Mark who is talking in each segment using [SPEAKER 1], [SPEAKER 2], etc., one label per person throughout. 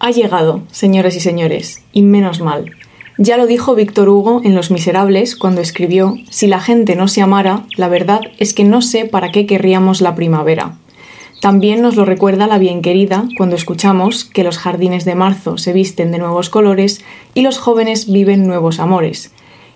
[SPEAKER 1] Ha llegado, señoras y señores, y menos mal. Ya lo dijo Víctor Hugo en Los Miserables cuando escribió Si la gente no se amara, la verdad es que no sé para qué querríamos la primavera. También nos lo recuerda la bien querida cuando escuchamos que los jardines de marzo se visten de nuevos colores y los jóvenes viven nuevos amores.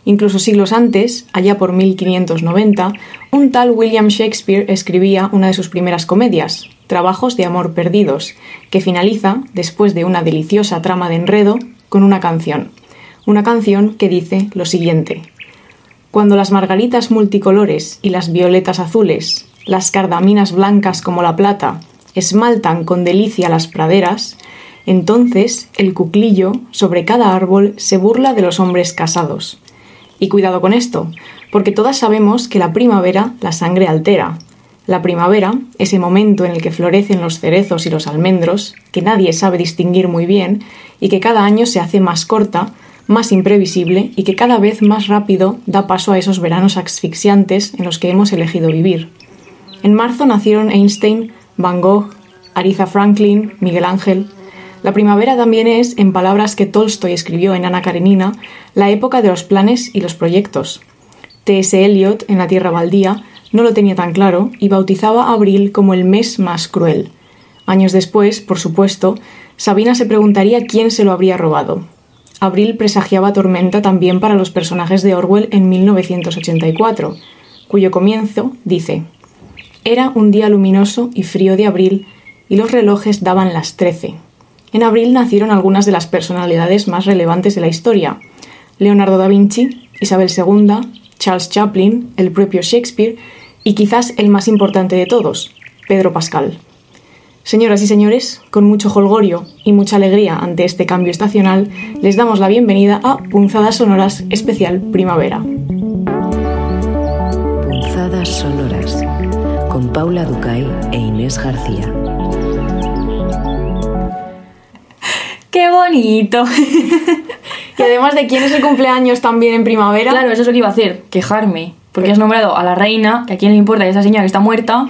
[SPEAKER 1] Incluso siglos antes, allá por 1590, un tal William Shakespeare escribía una de sus primeras comedias, Trabajos de Amor Perdidos, que finaliza, después de una deliciosa trama de enredo, con una canción. Una canción que dice lo siguiente. Cuando las margaritas multicolores y las violetas azules, las cardaminas blancas como la plata, esmaltan con delicia las praderas, entonces el cuclillo sobre cada árbol se burla de los hombres casados. Y cuidado con esto, porque todas sabemos que la primavera la sangre altera. La primavera, ese momento en el que florecen los cerezos y los almendros, que nadie sabe distinguir muy bien y que cada año se hace más corta, más imprevisible y que cada vez más rápido da paso a esos veranos asfixiantes en los que hemos elegido vivir. En marzo nacieron Einstein, Van Gogh, Ariza Franklin, Miguel Ángel, la primavera también es, en palabras que Tolstoy escribió en Ana Karenina, la época de los planes y los proyectos. T.S. Eliot, en La Tierra Baldía, no lo tenía tan claro y bautizaba a abril como el mes más cruel. Años después, por supuesto, Sabina se preguntaría quién se lo habría robado. Abril presagiaba tormenta también para los personajes de Orwell en 1984, cuyo comienzo dice: Era un día luminoso y frío de abril y los relojes daban las trece. En abril nacieron algunas de las personalidades más relevantes de la historia. Leonardo da Vinci, Isabel II, Charles Chaplin, el propio Shakespeare y quizás el más importante de todos, Pedro Pascal. Señoras y señores, con mucho holgorio y mucha alegría ante este cambio estacional, les damos la bienvenida a Punzadas Sonoras Especial Primavera.
[SPEAKER 2] Punzadas Sonoras con Paula Ducay e Inés García.
[SPEAKER 3] ¡Qué bonito!
[SPEAKER 1] Y además de quién es el cumpleaños también en primavera.
[SPEAKER 3] claro, eso es lo que iba a hacer, quejarme. Porque has nombrado a la reina, que a quién le importa, que esa señora que está muerta.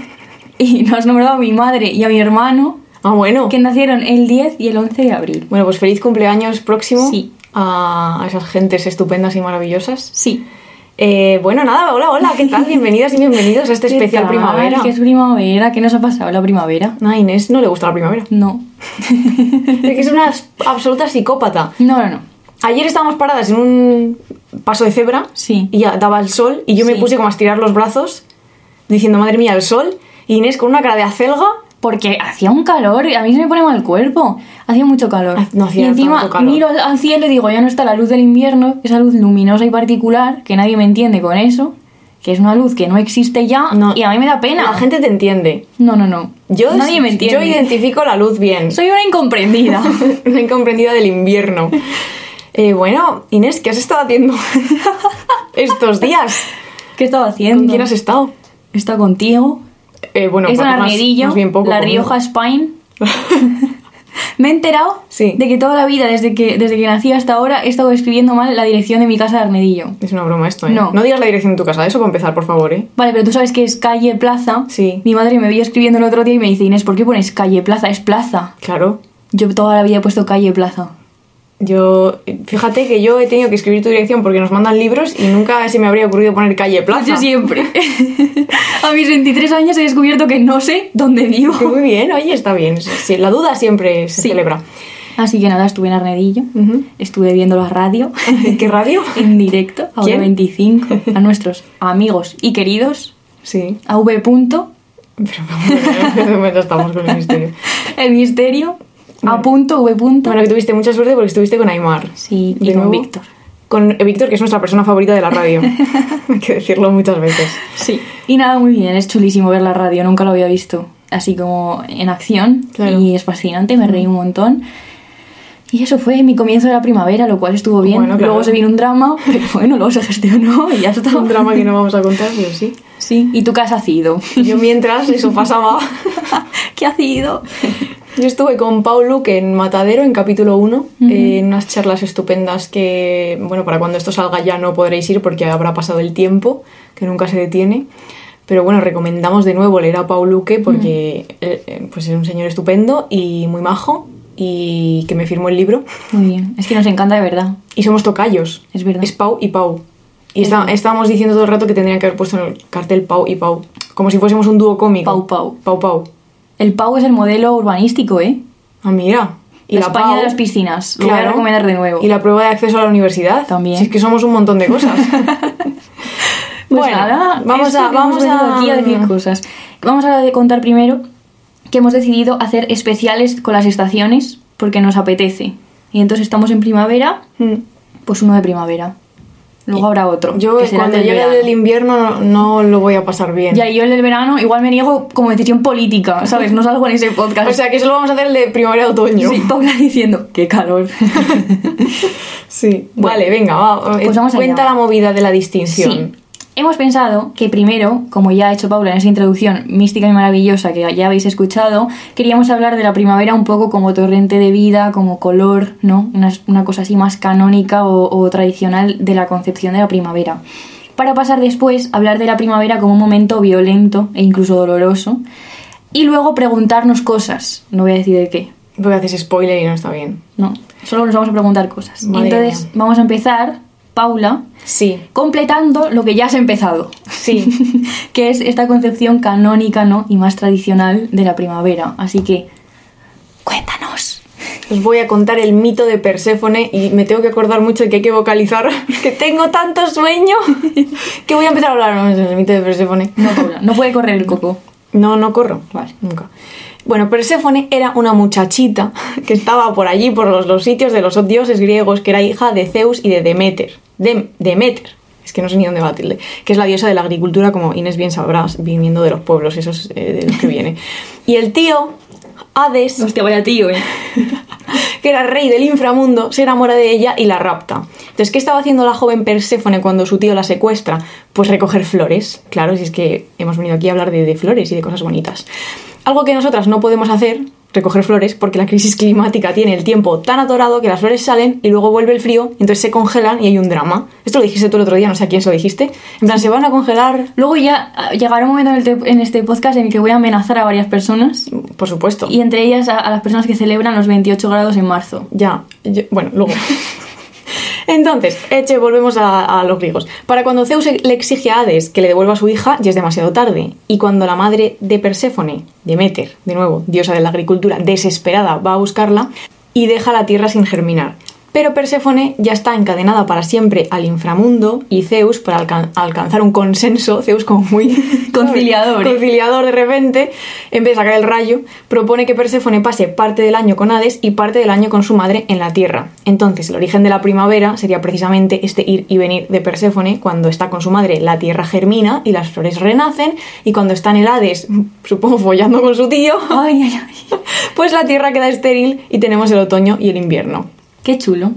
[SPEAKER 3] Y no has nombrado a mi madre y a mi hermano,
[SPEAKER 1] Ah, bueno.
[SPEAKER 3] que nacieron el 10 y el 11 de abril.
[SPEAKER 1] Bueno, pues feliz cumpleaños próximo
[SPEAKER 3] Sí.
[SPEAKER 1] a a esas gentes estupendas y maravillosas.
[SPEAKER 3] Sí.
[SPEAKER 1] Eh, bueno, nada, hola, hola, ¿qué tal? Bienvenidas y bienvenidos a este especial
[SPEAKER 3] ¿Qué tal?
[SPEAKER 1] primavera.
[SPEAKER 3] ¿Qué es primavera? ¿Qué nos ha pasado la primavera?
[SPEAKER 1] No, a Inés no le gusta la primavera.
[SPEAKER 3] No.
[SPEAKER 1] Es que es una absoluta psicópata.
[SPEAKER 3] No, no, no.
[SPEAKER 1] Ayer estábamos paradas en un paso de cebra
[SPEAKER 3] Sí.
[SPEAKER 1] y ya daba el sol y yo me
[SPEAKER 3] Sí.
[SPEAKER 1] puse como a estirar los brazos diciendo, madre mía, el sol. Y Inés con una cara de acelga.
[SPEAKER 3] Porque hacía un calor y a mí se me pone mal el cuerpo. Hacía mucho calor.
[SPEAKER 1] Ah, no hacía
[SPEAKER 3] y encima
[SPEAKER 1] tanto calor.
[SPEAKER 3] miro al- al cielo y digo, ya no está la luz del invierno, esa luz luminosa y particular, que nadie me entiende con eso, que es una luz que no existe ya
[SPEAKER 1] No.
[SPEAKER 3] y a mí me da pena.
[SPEAKER 1] La gente te entiende.
[SPEAKER 3] No, no, no.
[SPEAKER 1] Yo,
[SPEAKER 3] nadie me
[SPEAKER 1] Yo
[SPEAKER 3] entiende.
[SPEAKER 1] identifico la luz bien.
[SPEAKER 3] Soy una incomprendida.
[SPEAKER 1] una incomprendida del invierno. Eh, bueno, Inés, ¿qué has estado haciendo estos días?
[SPEAKER 3] ¿Qué estaba haciendo?
[SPEAKER 1] ¿Con quién has estado?
[SPEAKER 3] Está contigo.
[SPEAKER 1] Eh, bueno,
[SPEAKER 3] es un
[SPEAKER 1] más-
[SPEAKER 3] armadillo.
[SPEAKER 1] más bien poco
[SPEAKER 3] la
[SPEAKER 1] conmigo.
[SPEAKER 3] Rioja Spine. Me he enterado
[SPEAKER 1] Sí.
[SPEAKER 3] de que toda la vida, desde que, desde que nací hasta ahora, he estado escribiendo mal la dirección de mi casa de Armedillo.
[SPEAKER 1] Es una broma esto, ¿eh?
[SPEAKER 3] No.
[SPEAKER 1] digas la dirección de tu casa, eso para empezar, por favor, ¿eh?
[SPEAKER 3] Vale, pero tú sabes que es calle plaza.
[SPEAKER 1] Sí.
[SPEAKER 3] Mi madre me vio escribiendo el otro día y me dice, Inés, ¿por qué pones calle plaza? Es plaza.
[SPEAKER 1] Claro.
[SPEAKER 3] Yo toda la vida he puesto calle plaza.
[SPEAKER 1] Yo, fíjate que yo he tenido que escribir tu dirección porque nos mandan libros y nunca se me habría ocurrido poner calle plaza.
[SPEAKER 3] Yo siempre. A mis 23 años he descubierto que no sé dónde vivo.
[SPEAKER 1] Que Muy bien, oye, está bien. Sí, la duda siempre se
[SPEAKER 3] Sí.
[SPEAKER 1] celebra.
[SPEAKER 3] Así que nada, estuve en Arnedillo.
[SPEAKER 1] Ujú.
[SPEAKER 3] Estuve viendo la radio.
[SPEAKER 1] ¿Qué radio?
[SPEAKER 3] en directo, a
[SPEAKER 1] ¿Quién?
[SPEAKER 3] 25. A nuestros amigos y queridos.
[SPEAKER 1] Sí.
[SPEAKER 3] A V. punto,
[SPEAKER 1] Pero bueno, ya estamos con el misterio.
[SPEAKER 3] El misterio. A punto, V. punto.
[SPEAKER 1] Bueno, que tuviste mucha suerte porque estuviste con Aymar.
[SPEAKER 3] Sí, y
[SPEAKER 1] De
[SPEAKER 3] con
[SPEAKER 1] nuevo,
[SPEAKER 3] Víctor.
[SPEAKER 1] Con eh, Víctor, que es nuestra persona favorita de la radio. Hay que decirlo muchas veces.
[SPEAKER 3] Sí. Y nada, muy bien, es chulísimo ver la radio, nunca lo había visto así como en acción.
[SPEAKER 1] Claro.
[SPEAKER 3] Y es fascinante, me reí un montón. Y eso fue mi comienzo de la primavera, lo cual estuvo bien.
[SPEAKER 1] Bueno, claro.
[SPEAKER 3] Luego se vino un drama, pero bueno, luego se gestionó y ya está.
[SPEAKER 1] Un drama que no vamos a contar, pero sí.
[SPEAKER 3] Sí. ¿Y tú qué has hacido?
[SPEAKER 1] Yo mientras eso pasaba,
[SPEAKER 3] ¿Qué has hacido?
[SPEAKER 1] yo estuve con Pau Luque en Matadero, en capítulo 1, en unas charlas estupendas que, bueno, para cuando esto salga ya no podréis ir porque habrá pasado el tiempo, que nunca se detiene. Pero bueno, recomendamos de nuevo leer a Pau Luque porque eh, eh, pues es un señor estupendo y muy majo y que me firmó el libro.
[SPEAKER 3] Muy bien. Es que nos encanta de verdad.
[SPEAKER 1] Y somos tocayos.
[SPEAKER 3] Es verdad.
[SPEAKER 1] Es Pau y Pau. Y está- estábamos diciendo todo el rato que tendrían que haber puesto en el cartel Pau y Pau. Como si fuésemos un dúo cómico.
[SPEAKER 3] Pau, Pau.
[SPEAKER 1] Pau Pau.
[SPEAKER 3] El Pau es el modelo urbanístico, ¿eh?
[SPEAKER 1] Ah, mira. Y
[SPEAKER 3] La
[SPEAKER 1] la,
[SPEAKER 3] España
[SPEAKER 1] Pau-
[SPEAKER 3] de las piscinas. Lo voy a recomendar de nuevo.
[SPEAKER 1] Y la prueba de acceso a la universidad.
[SPEAKER 3] También.
[SPEAKER 1] Si es que somos un montón de cosas.
[SPEAKER 3] Pues
[SPEAKER 1] bueno,
[SPEAKER 3] nada,
[SPEAKER 1] vamos
[SPEAKER 3] esto
[SPEAKER 1] a.
[SPEAKER 3] que hemos
[SPEAKER 1] Vamos
[SPEAKER 3] venido
[SPEAKER 1] a.
[SPEAKER 3] aquí a decir cosas. Vamos a de contar primero que hemos decidido hacer especiales con las estaciones porque nos apetece. Y entonces estamos en primavera,
[SPEAKER 1] Mm.
[SPEAKER 3] pues uno de primavera. Luego habrá otro.
[SPEAKER 1] Yo
[SPEAKER 3] que será
[SPEAKER 1] cuando
[SPEAKER 3] del
[SPEAKER 1] llegue
[SPEAKER 3] verano.
[SPEAKER 1] el invierno no, no lo voy a pasar bien.
[SPEAKER 3] Ya, y yo el del verano igual me niego como decisión política, ¿sabes? No salgo en ese podcast.
[SPEAKER 1] O sea que solo vamos a hacer el de primavera-otoño.
[SPEAKER 3] sí, Paula diciendo, qué calor.
[SPEAKER 1] Sí.
[SPEAKER 3] Bueno.
[SPEAKER 1] Vale, venga, va. eh,
[SPEAKER 3] Pues vamos allá.
[SPEAKER 1] cuenta la movida de la distinción.
[SPEAKER 3] Sí. Hemos pensado que primero, como ya ha hecho Paula en esa introducción mística y maravillosa que ya habéis escuchado, queríamos hablar de la primavera un poco como torrente de vida, como color, ¿no? Una, una cosa así más canónica o, o tradicional de la concepción de la primavera. Para pasar después a hablar de la primavera como un momento violento e incluso doloroso. Y luego preguntarnos cosas. No voy a decir de qué.
[SPEAKER 1] Porque haces spoiler y no está bien.
[SPEAKER 3] No. Solo nos vamos a preguntar cosas.
[SPEAKER 1] Madre
[SPEAKER 3] Entonces,
[SPEAKER 1] mía.
[SPEAKER 3] vamos a empezar, Paula,
[SPEAKER 1] Sí.
[SPEAKER 3] completando lo que ya has empezado
[SPEAKER 1] Sí.
[SPEAKER 3] que es esta concepción canónica ¿no? y más tradicional de la primavera. Así que, cuéntanos.
[SPEAKER 1] Os voy a contar el mito de Perséfone y me tengo que acordar mucho de que hay que vocalizar. Que tengo tanto sueño que voy a empezar a hablar del mito de Perséfone.
[SPEAKER 3] No, Paula, no puede correr el coco.
[SPEAKER 1] No, no corro.
[SPEAKER 3] Vale.
[SPEAKER 1] Nunca. Bueno, Perséfone era una muchachita que estaba por allí, por los, los sitios de los dioses griegos, que era hija de Zeus y de Demeter. Dem- Demeter. Es que no sé ni dónde batirle. Que es la diosa de la agricultura, como Inés bien sabrás, viniendo de los pueblos esos eh, de los que viene. Y el tío, Hades,
[SPEAKER 3] Hostia, vaya tío, eh.
[SPEAKER 1] que era rey del inframundo, se enamora de ella y la rapta. Entonces, ¿qué estaba haciendo la joven Perséfone cuando su tío la secuestra? Pues recoger flores. Claro, si es que hemos venido aquí a hablar de, de flores y de cosas bonitas. Algo que nosotras no podemos hacer, recoger flores, porque la crisis climática tiene el tiempo tan atorado que las flores salen y luego vuelve el frío, entonces se congelan y hay un drama. Esto lo dijiste tú el otro día, no sé a quién se lo dijiste. En plan, se van a congelar,
[SPEAKER 3] Luego ya ah, llegará un momento en, el te- en este podcast en el que voy a amenazar a varias personas
[SPEAKER 1] por supuesto.
[SPEAKER 3] y entre ellas a, a las personas que celebran los 28 grados en marzo.
[SPEAKER 1] Ya, yo- bueno, luego. Entonces, eche, volvemos a, a los griegos. Para cuando Zeus e-, le exige a Hades que le devuelva a su hija, ya es demasiado tarde. Y cuando la madre de Perséfone, Demeter, de nuevo, diosa de la agricultura, desesperada, va a buscarla y deja la tierra sin germinar. Pero Perséfone ya está encadenada para siempre al inframundo y Zeus, para alcan- alcanzar un consenso, Zeus como muy
[SPEAKER 3] Conciliador, ¿eh?
[SPEAKER 1] conciliador de repente, en vez de sacar el rayo, propone que Perséfone pase parte del año con Hades y parte del año con su madre en la Tierra. Entonces, el origen de la primavera sería precisamente este ir y venir de Perséfone. Cuando está con su madre, la Tierra germina y las flores renacen, y cuando está en el Hades, supongo follando con su tío,
[SPEAKER 3] Ay, ay, ay.
[SPEAKER 1] pues la Tierra queda estéril y tenemos el otoño y el invierno.
[SPEAKER 3] Qué chulo.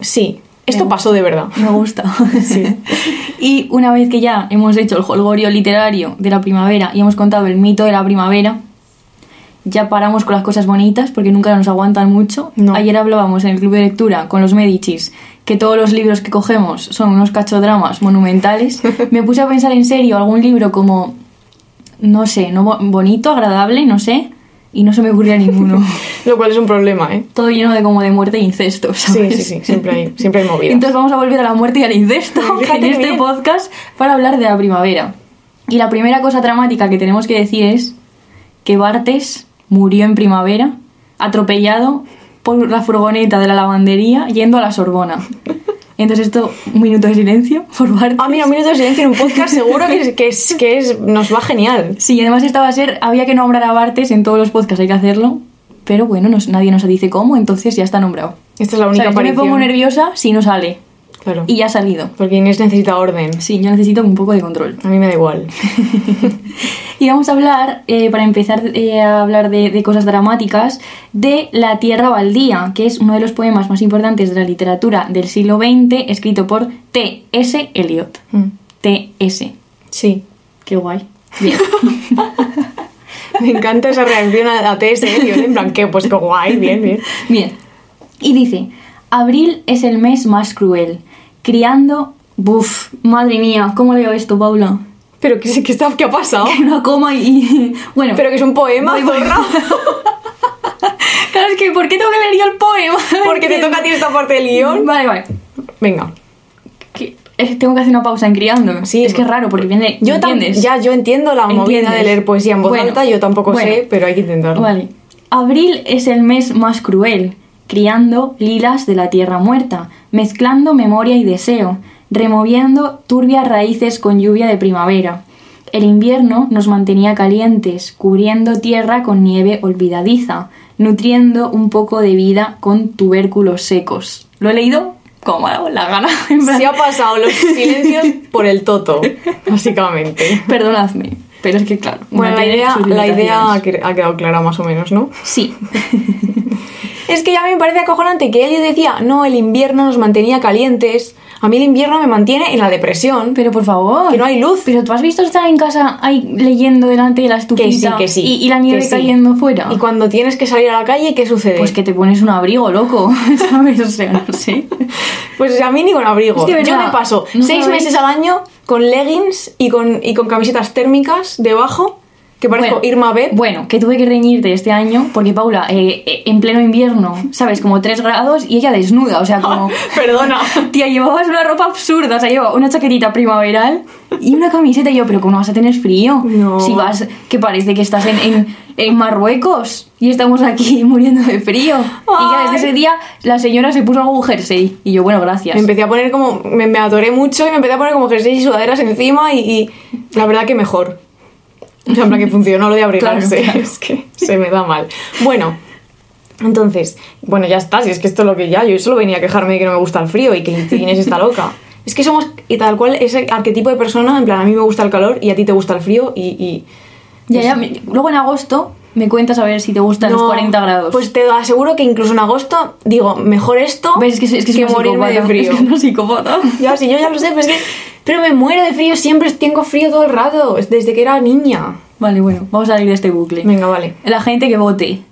[SPEAKER 1] Sí, esto
[SPEAKER 3] Venga.
[SPEAKER 1] pasó de verdad.
[SPEAKER 3] Me gusta.
[SPEAKER 1] Sí.
[SPEAKER 3] Y una vez que ya hemos hecho el holgorio literario de la primavera y hemos contado el mito de la primavera, ya paramos con las cosas bonitas porque nunca nos aguantan mucho.
[SPEAKER 1] No.
[SPEAKER 3] Ayer hablábamos en el club de lectura con los Medicis que todos los libros que cogemos son unos cachodramas monumentales. Me puse a pensar en serio algún libro como, no sé, no bo- bonito, agradable, no sé, y no se me ocurría ninguno.
[SPEAKER 1] Lo cual es un problema, ¿eh?
[SPEAKER 3] Todo lleno de como de muerte e incesto,
[SPEAKER 1] Sí,
[SPEAKER 3] ¿sabes?
[SPEAKER 1] sí, sí, siempre hay, siempre hay movidas.
[SPEAKER 3] Entonces vamos a volver a la muerte y al incesto en
[SPEAKER 1] Fíjate qué
[SPEAKER 3] este
[SPEAKER 1] bien.
[SPEAKER 3] podcast para hablar de la primavera. Y la primera cosa dramática que tenemos que decir es que Bartes murió en primavera atropellado por la furgoneta de la lavandería yendo a la Sorbona. Entonces esto, un minuto de silencio por Bartes.
[SPEAKER 1] Ah, mira, un minuto de silencio en un podcast seguro que, es- que, es, que es, nos va genial.
[SPEAKER 3] Sí, además esta va a ser, había que nombrar a Bartes en todos los podcasts, hay que hacerlo. Pero bueno, nos- nadie nos dice cómo, entonces ya está nombrado.
[SPEAKER 1] Esta es la única
[SPEAKER 3] ¿Sabes? Yo me
[SPEAKER 1] aparición.
[SPEAKER 3] pongo nerviosa si no sale.
[SPEAKER 1] Claro.
[SPEAKER 3] Y ya ha salido.
[SPEAKER 1] Porque Inés necesita orden.
[SPEAKER 3] Sí, yo necesito un poco de control.
[SPEAKER 1] A mí me da igual.
[SPEAKER 3] Y vamos a hablar, eh, para empezar eh, a hablar de, de cosas dramáticas, de La Tierra Baldía, que es uno de los poemas más importantes de la literatura del siglo XX, escrito por T.S. Eliot.
[SPEAKER 1] Mm,
[SPEAKER 3] T.S.
[SPEAKER 1] Sí.
[SPEAKER 3] Qué guay. Bien.
[SPEAKER 1] Me encanta esa reacción a, a TS, tío. En plan, que pues qué guay, bien, bien.
[SPEAKER 3] Bien. Y dice, abril es el mes más cruel, criando... Buf, madre mía, ¿cómo leo esto, Paula?
[SPEAKER 1] Pero que, que está, ¿qué ha pasado?
[SPEAKER 3] Una coma y... Bueno,
[SPEAKER 1] Pero que es un poema,
[SPEAKER 3] Voy, voy.
[SPEAKER 1] zorra.
[SPEAKER 3] Claro, es que ¿por qué tengo que leer yo el poema?
[SPEAKER 1] Porque te toca a ti esta parte del guión.
[SPEAKER 3] Vale, vale.
[SPEAKER 1] Venga.
[SPEAKER 3] Que- es- tengo que hacer una pausa en criando.
[SPEAKER 1] Sí.
[SPEAKER 3] Es que es raro porque viene.
[SPEAKER 1] Yo tam-
[SPEAKER 3] ¿entiendes?
[SPEAKER 1] Ya, yo entiendo la movida
[SPEAKER 3] ¿Entiendes?
[SPEAKER 1] de leer poesía en voz
[SPEAKER 3] Bueno,
[SPEAKER 1] alta, yo tampoco
[SPEAKER 3] bueno.
[SPEAKER 1] sé, pero hay que intentarlo.
[SPEAKER 3] Vale. Abril es el mes más cruel, criando lilas de la tierra muerta, mezclando memoria y deseo, removiendo turbias raíces con lluvia de primavera. El invierno nos mantenía calientes, cubriendo tierra con nieve olvidadiza, nutriendo un poco de vida con tubérculos secos. ¿Lo he leído? Como me ha dado la gana. en plan-
[SPEAKER 1] Se ha pasado los silencios por el toto, básicamente.
[SPEAKER 3] Perdonadme, pero es que claro. uno
[SPEAKER 1] Bueno, la
[SPEAKER 3] tiene
[SPEAKER 1] idea,
[SPEAKER 3] sus
[SPEAKER 1] la idea ha
[SPEAKER 3] limitaciones.
[SPEAKER 1] que- ha quedado clara más o menos, ¿no?
[SPEAKER 3] Sí.
[SPEAKER 1] Es que ya me parece acojonante que alguien decía, no, el invierno nos mantenía calientes. A mí el invierno me mantiene en la depresión.
[SPEAKER 3] Pero por favor.
[SPEAKER 1] Que no hay luz.
[SPEAKER 3] Pero tú has visto estar en casa ahí leyendo delante de la estufita.
[SPEAKER 1] que sí, que sí.
[SPEAKER 3] Y, y la
[SPEAKER 1] que
[SPEAKER 3] nieve
[SPEAKER 1] sí.
[SPEAKER 3] cayendo fuera.
[SPEAKER 1] Y cuando tienes que salir a la calle, ¿qué sucede?
[SPEAKER 3] Pues que te pones un abrigo, loco. ¿Sabes? O sea, no sé.
[SPEAKER 1] Pues a mí ni con abrigo.
[SPEAKER 3] Es que,
[SPEAKER 1] Yo
[SPEAKER 3] ¿verdad?
[SPEAKER 1] me paso
[SPEAKER 3] No
[SPEAKER 1] seis
[SPEAKER 3] sabéis.
[SPEAKER 1] meses al año con leggings y con, y con camisetas térmicas debajo, que parezco
[SPEAKER 3] Bueno,
[SPEAKER 1] Irma B.
[SPEAKER 3] Bueno, que tuve que reñirte este año porque Paula, eh, eh, en pleno invierno, ¿sabes? Como 3 grados y ella desnuda, o sea, como.
[SPEAKER 1] Perdona.
[SPEAKER 3] Tía, llevabas una ropa absurda, o sea, llevaba una chaquetita primaveral y una camiseta. Y yo, pero ¿cómo no vas a tener frío?
[SPEAKER 1] No.
[SPEAKER 3] Si vas, que parece que estás en, en- en Marruecos y estamos aquí muriendo de frío. Y ya
[SPEAKER 1] Ay.
[SPEAKER 3] desde ese día la señora se puso algún jersey. Y yo, bueno, gracias.
[SPEAKER 1] Me empecé a poner como. Me, me atoré mucho y me empecé a poner como jerseys y sudaderas encima y, y la verdad que mejor. O sea, en plan que funcionó lo de abrigarse.
[SPEAKER 3] Claro, claro.
[SPEAKER 1] Es que se me da mal. Bueno. Entonces, bueno, ya está, si es que esto es lo que ya, yo solo venía a quejarme de que no me gusta el frío y que Inés está loca. Es que somos, y tal cual, ese arquetipo de persona, en plan, a mí me gusta el calor y a ti te gusta el frío y... y-
[SPEAKER 3] Ya, ya, me- luego en agosto me cuentas a ver si te gustan los
[SPEAKER 1] No,
[SPEAKER 3] 40 grados.
[SPEAKER 1] Pues te aseguro que incluso en agosto digo, mejor esto
[SPEAKER 3] ¿Ves? Es que, soy- es que, soy una
[SPEAKER 1] morirme de
[SPEAKER 3] psicópata.
[SPEAKER 1] frío.
[SPEAKER 3] Es que soy una psicópata.
[SPEAKER 1] Ya, sí, yo ya lo sé, pero es que. Pero me muero de frío, siempre tengo frío todo el rato, desde que era niña.
[SPEAKER 3] Vale, bueno, vamos a salir de este bucle.
[SPEAKER 1] Venga, vale.
[SPEAKER 3] La gente que vote.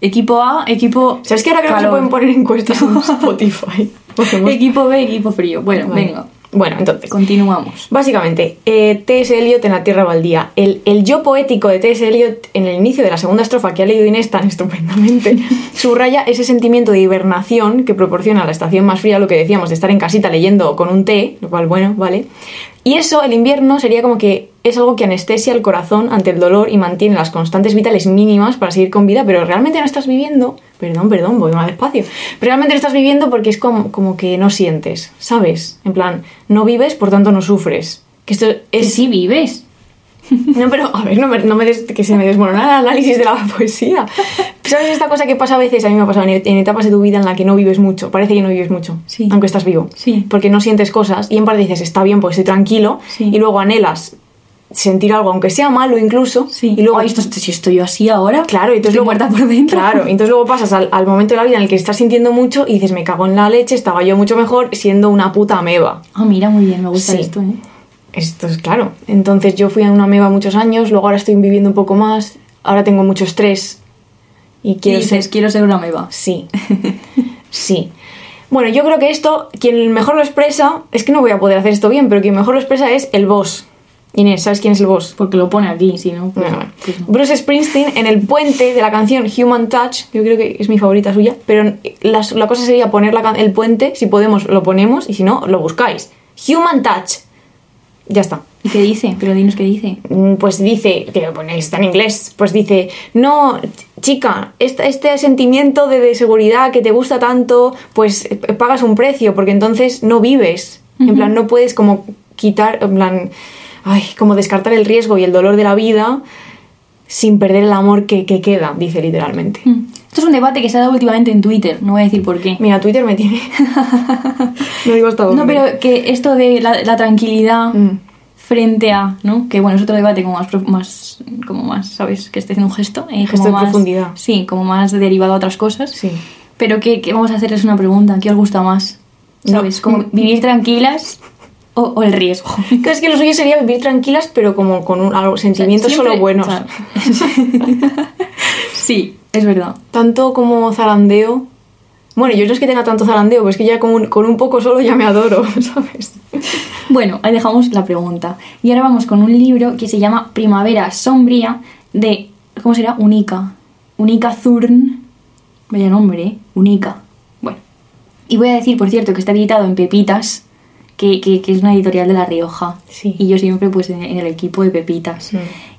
[SPEAKER 3] Equipo A, equipo.
[SPEAKER 1] ¿Sabes que ahora creo que se pueden
[SPEAKER 3] calor.
[SPEAKER 1] poner encuestas en Spotify? Porque hemos-
[SPEAKER 3] Equipo B, equipo frío. Bueno,
[SPEAKER 1] Vale.
[SPEAKER 3] venga,
[SPEAKER 1] Bueno, entonces.
[SPEAKER 3] continuamos.
[SPEAKER 1] Básicamente, eh, T.S. Eliot en la Tierra Baldía. El, el yo poético de T.S. Eliot en el inicio de la segunda estrofa que ha leído Inés tan estupendamente subraya ese sentimiento de hibernación que proporciona la estación más fría, lo que decíamos, de estar en casita leyendo con un té, lo cual, bueno, vale. Y eso, el invierno, sería como que es algo que anestesia el corazón ante el dolor y mantiene las constantes vitales mínimas para seguir con vida, pero realmente no estás viviendo. Perdón, perdón, voy más despacio. Pero realmente no estás viviendo porque es como, como que no sientes, ¿sabes? En plan, no vives, por tanto no sufres. Que esto
[SPEAKER 3] Que
[SPEAKER 1] es.
[SPEAKER 3] sí vives.
[SPEAKER 1] No, pero a ver, no me, no me des- que se me desmorona el análisis de la poesía. ¿Sabes esta cosa que pasa a veces? A mí me ha pasado en, en etapas de tu vida en la que no vives mucho. Parece que no vives mucho,
[SPEAKER 3] Sí.
[SPEAKER 1] aunque estás vivo.
[SPEAKER 3] Sí.
[SPEAKER 1] Porque no sientes cosas y en parte dices, está bien, pues estoy tranquilo.
[SPEAKER 3] Sí.
[SPEAKER 1] Y luego anhelas sentir algo, aunque sea malo incluso. Y luego
[SPEAKER 3] Ay, esto, esto- si estoy yo así ahora.
[SPEAKER 1] Claro, y entonces
[SPEAKER 3] estoy
[SPEAKER 1] luego,
[SPEAKER 3] muerta por dentro.
[SPEAKER 1] Claro, y entonces luego pasas al, al momento de la vida en el que estás sintiendo mucho y dices, me cago en la leche, estaba yo mucho mejor siendo una puta ameba.
[SPEAKER 3] Ah, mira, muy bien, me gusta
[SPEAKER 1] Sí.
[SPEAKER 3] esto, ¿eh?
[SPEAKER 1] Esto es claro. Entonces yo fui a una ameba muchos años, luego ahora estoy viviendo un poco más, ahora tengo mucho estrés y
[SPEAKER 3] ¿Qué
[SPEAKER 1] quiero ser...
[SPEAKER 3] dices? Quiero ser una meba.
[SPEAKER 1] Sí, sí. Bueno, yo creo que esto, quien mejor lo expresa, es que no voy a poder hacer esto bien, pero quien mejor lo expresa es el boss. Inés, ¿sabes quién es el boss?
[SPEAKER 3] Porque lo pone aquí, si no. pues-
[SPEAKER 1] Bueno, bueno.
[SPEAKER 3] pues no.
[SPEAKER 1] Bruce Springsteen en el puente de la canción Human Touch, yo creo que es mi favorita suya, pero la, la cosa sería poner la can- el puente, si podemos lo ponemos y si no, lo buscáis. Human Touch. Ya está.
[SPEAKER 3] ¿Y qué dice? Pero dinos qué dice.
[SPEAKER 1] Mm, Pues dice, que lo ponéis, está en inglés, pues dice, no, ch- chica, este, este sentimiento de, de seguridad que te gusta tanto, pues eh, pagas un precio, porque entonces no vives. En plan, no puedes como quitar, en plan, ay, como descartar el riesgo y el dolor de la vida sin perder el amor que, que queda, dice literalmente.
[SPEAKER 3] Mm. Esto es un debate que se ha dado últimamente en Twitter, no voy a decir por qué.
[SPEAKER 1] Mira, Twitter me tiene. no digo hasta dónde.
[SPEAKER 3] No, pero que esto de la, la tranquilidad
[SPEAKER 1] Mm.
[SPEAKER 3] frente a, ¿no? Que bueno, es otro debate como más, prof- más como más, ¿sabes? Que esté haciendo un gesto. eh,
[SPEAKER 1] Gesto
[SPEAKER 3] como
[SPEAKER 1] de
[SPEAKER 3] más-
[SPEAKER 1] profundidad.
[SPEAKER 3] Sí, como más derivado a otras cosas.
[SPEAKER 1] Sí.
[SPEAKER 3] Pero que, que vamos a hacerles una pregunta, ¿qué os gusta más? ¿Sabes?
[SPEAKER 1] No. Mm.
[SPEAKER 3] Como vivir tranquilas o, o el riesgo.
[SPEAKER 1] Claro, Es que lo suyo sería vivir tranquilas, pero como con un, algo- sentimientos
[SPEAKER 3] Siempre-
[SPEAKER 1] solo buenos.
[SPEAKER 3] claro. sí, es verdad.
[SPEAKER 1] tanto como zarandeo. Bueno, yo no es que tenga tanto zarandeo, pero es que ya con un, con un poco solo ya me adoro, ¿sabes?
[SPEAKER 3] Bueno, ahí dejamos la pregunta. Y ahora vamos con un libro que se llama Primavera Sombría de. ¿Cómo será? Unica. Unica Zurn. Vaya nombre, ¿eh? Única. Bueno. Y voy a decir, por cierto, que está editado en Pepitas, que, que- que es una editorial de La Rioja.
[SPEAKER 1] Sí.
[SPEAKER 3] Y yo siempre, pues, en, en el equipo de Pepitas.
[SPEAKER 1] Mm.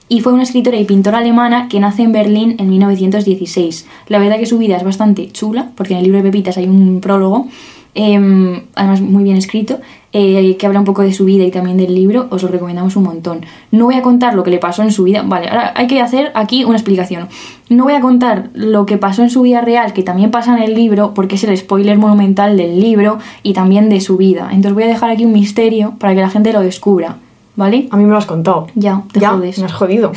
[SPEAKER 3] Y fue una escritora y pintora alemana que nace en Berlín en 1916. La verdad que su vida es bastante chula, porque en el libro de Pepitas hay un prólogo, em, además muy bien escrito, eh, que habla un poco de su vida y también del libro. Os lo recomendamos un montón. No voy a contar lo que le pasó en su vida. Vale, ahora hay que hacer aquí una explicación. No voy a contar lo que pasó en su vida real, que también pasa en el libro, porque es el spoiler monumental del libro y también de su vida. Entonces voy a dejar aquí un misterio para que la gente lo descubra. ¿Vale?
[SPEAKER 1] A mí me lo has contado.
[SPEAKER 3] Ya, te
[SPEAKER 1] ya,
[SPEAKER 3] jodes.
[SPEAKER 1] me has jodido.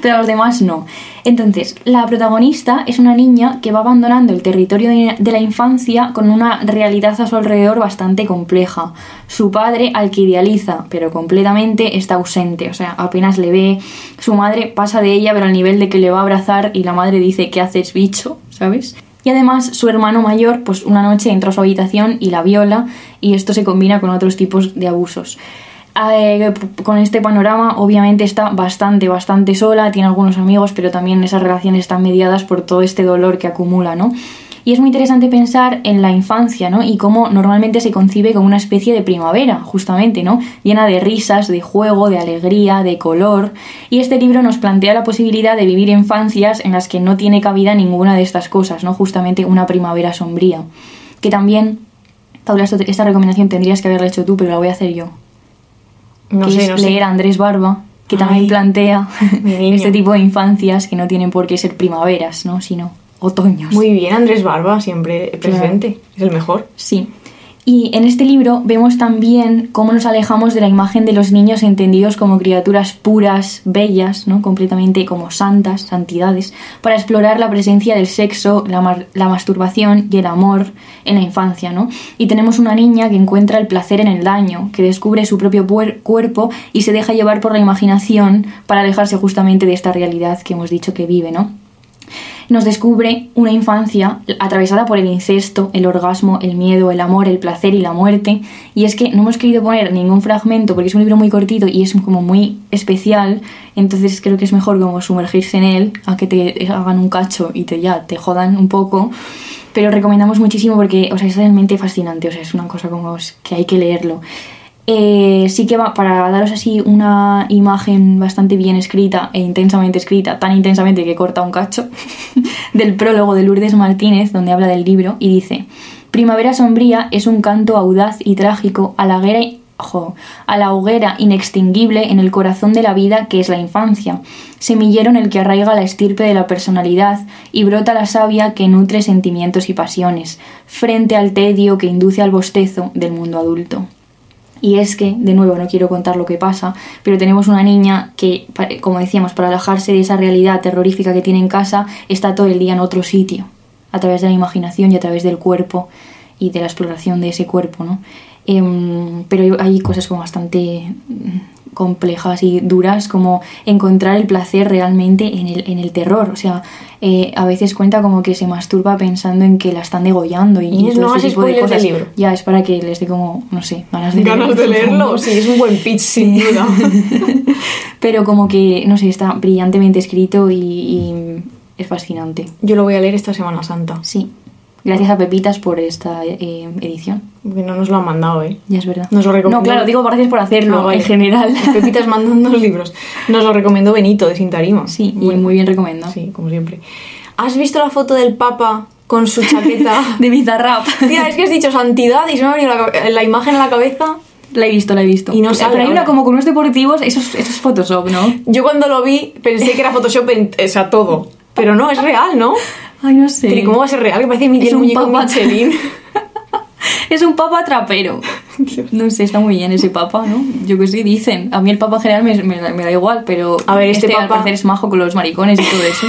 [SPEAKER 3] pero a los demás no. Entonces, la protagonista es una niña que va abandonando el territorio de- de la infancia con una realidad a su alrededor bastante compleja. Su padre, al que idealiza, pero completamente está ausente, o sea, apenas le ve. Su madre pasa de ella, pero al nivel de que le va a abrazar y la madre dice, ¿qué haces, bicho? ¿Sabes? Y además su hermano mayor, pues una noche entra a su habitación y la viola y esto se combina con otros tipos de abusos. Eh, con este panorama obviamente está bastante, bastante sola, tiene algunos amigos, pero también esas relaciones están mediadas por todo este dolor que acumula, ¿no? Y es muy interesante pensar en la infancia, ¿no? Y cómo normalmente se concibe como una especie de primavera, justamente, ¿no? Llena de risas, de juego, de alegría, de color. Y este libro nos plantea la posibilidad de vivir infancias en las que no tiene cabida ninguna de estas cosas, ¿no? Justamente una primavera sombría. Que también, Paula, esto- esta recomendación tendrías que haberla hecho tú, pero la voy a hacer yo
[SPEAKER 1] No
[SPEAKER 3] que
[SPEAKER 1] sé,
[SPEAKER 3] es
[SPEAKER 1] no
[SPEAKER 3] leer a
[SPEAKER 1] sé.
[SPEAKER 3] Andrés Barba, que también
[SPEAKER 1] Ay,
[SPEAKER 3] plantea
[SPEAKER 1] mi niño.
[SPEAKER 3] este tipo de infancias que no tienen por qué ser primaveras, ¿no? sino otoños.
[SPEAKER 1] Muy bien, Andrés Barba, siempre presente. Es el mejor.
[SPEAKER 3] Sí. Y en este libro vemos también cómo nos alejamos de la imagen de los niños entendidos como criaturas puras, bellas, ¿no? completamente como santas, santidades, para explorar la presencia del sexo, la, mar- la masturbación y el amor en la infancia. ¿no? Y tenemos una niña que encuentra el placer en el daño, que descubre su propio puer- cuerpo y se deja llevar por la imaginación para alejarse justamente de esta realidad que hemos dicho que vive. ¿no? nos descubre una infancia atravesada por el incesto, el orgasmo, el miedo, el amor, el placer y la muerte. Y es que no hemos querido poner ningún fragmento porque es un libro muy cortito y es como muy especial, entonces creo que es mejor como sumergirse en él a que te hagan un cacho y te ya te jodan un poco. Pero recomendamos muchísimo porque o sea, es realmente fascinante, o sea, es una cosa como es que hay que leerlo. Eh, sí que va, para daros así una imagen bastante bien escrita e intensamente escrita, tan intensamente que corta un cacho, del prólogo de Lourdes Martínez, donde habla del libro, y dice, Primavera sombría es un canto audaz y trágico a la hoguera, jo, a la hoguera inextinguible en el corazón de la vida que es la infancia, semillero en el que arraiga la estirpe de la personalidad y brota la savia que nutre sentimientos y pasiones, frente al tedio que induce al bostezo del mundo adulto. Y es que, de nuevo, no quiero contar lo que pasa, pero tenemos una niña que, pa- como decíamos, para alejarse de esa realidad terrorífica que tiene en casa, está todo el día en otro sitio, a través de la imaginación y a través del cuerpo y de la exploración de ese cuerpo, ¿no? Em, pero hay- hay cosas como bastante mm, complejas y duras, como encontrar el placer realmente en el, en el terror. O sea, eh, a veces cuenta como que se masturba pensando en que la están degollando y,
[SPEAKER 1] Inés,
[SPEAKER 3] todo
[SPEAKER 1] no
[SPEAKER 3] ese
[SPEAKER 1] hagas
[SPEAKER 3] tipo de
[SPEAKER 1] spoilers del
[SPEAKER 3] cosas.
[SPEAKER 1] libro.
[SPEAKER 3] Ya, es para que les dé como, no sé, ganas de
[SPEAKER 1] Ganas de leerlo. Sí, es un buen pitch, sin duda.
[SPEAKER 3] Pero como que, no sé, está brillantemente escrito y, y es fascinante.
[SPEAKER 1] Yo lo voy a leer esta Semana Santa.
[SPEAKER 3] Sí. Gracias a Pepitas por esta eh, edición.
[SPEAKER 1] Porque no nos lo han mandado, ¿eh?
[SPEAKER 3] Ya es verdad.
[SPEAKER 1] Nos lo recomiendo.
[SPEAKER 3] No, claro, digo gracias por hacerlo
[SPEAKER 1] Ah, vale.
[SPEAKER 3] en general.
[SPEAKER 1] Pepitas mandando los libros. Nos lo recomiendo Benito, de Sintarima.
[SPEAKER 3] Sí, y muy bien recomendado.
[SPEAKER 1] Sí, como siempre. ¿Has visto la foto del Papa con su chaqueta?
[SPEAKER 3] De Bizarrap.
[SPEAKER 1] Tía, es que has dicho santidad y se me ha venido la, cabe- la imagen en la cabeza.
[SPEAKER 3] La he visto, la he visto.
[SPEAKER 1] Y no
[SPEAKER 3] Ah,
[SPEAKER 1] sale
[SPEAKER 3] Pero hay
[SPEAKER 1] ahora.
[SPEAKER 3] una como con unos deportivos, eso es, eso es Photoshop, ¿no?
[SPEAKER 1] Yo cuando lo vi pensé que era Photoshop, en- o sea, todo. Pero no, es real, ¿no?
[SPEAKER 3] Ay, no sé.
[SPEAKER 1] Pero ¿y ¿Cómo va a ser real? Que parece mi
[SPEAKER 3] Es
[SPEAKER 1] el
[SPEAKER 3] un
[SPEAKER 1] muñeco
[SPEAKER 3] papa.
[SPEAKER 1] Michelin.
[SPEAKER 3] Es un papa trapero. No sé, está muy bien ese papa, ¿no? Yo qué sé, dicen. A mí el papa en general me, me da- me da igual, pero
[SPEAKER 1] A ver, este
[SPEAKER 3] al
[SPEAKER 1] papa-
[SPEAKER 3] parecer es majo con los maricones y todo eso.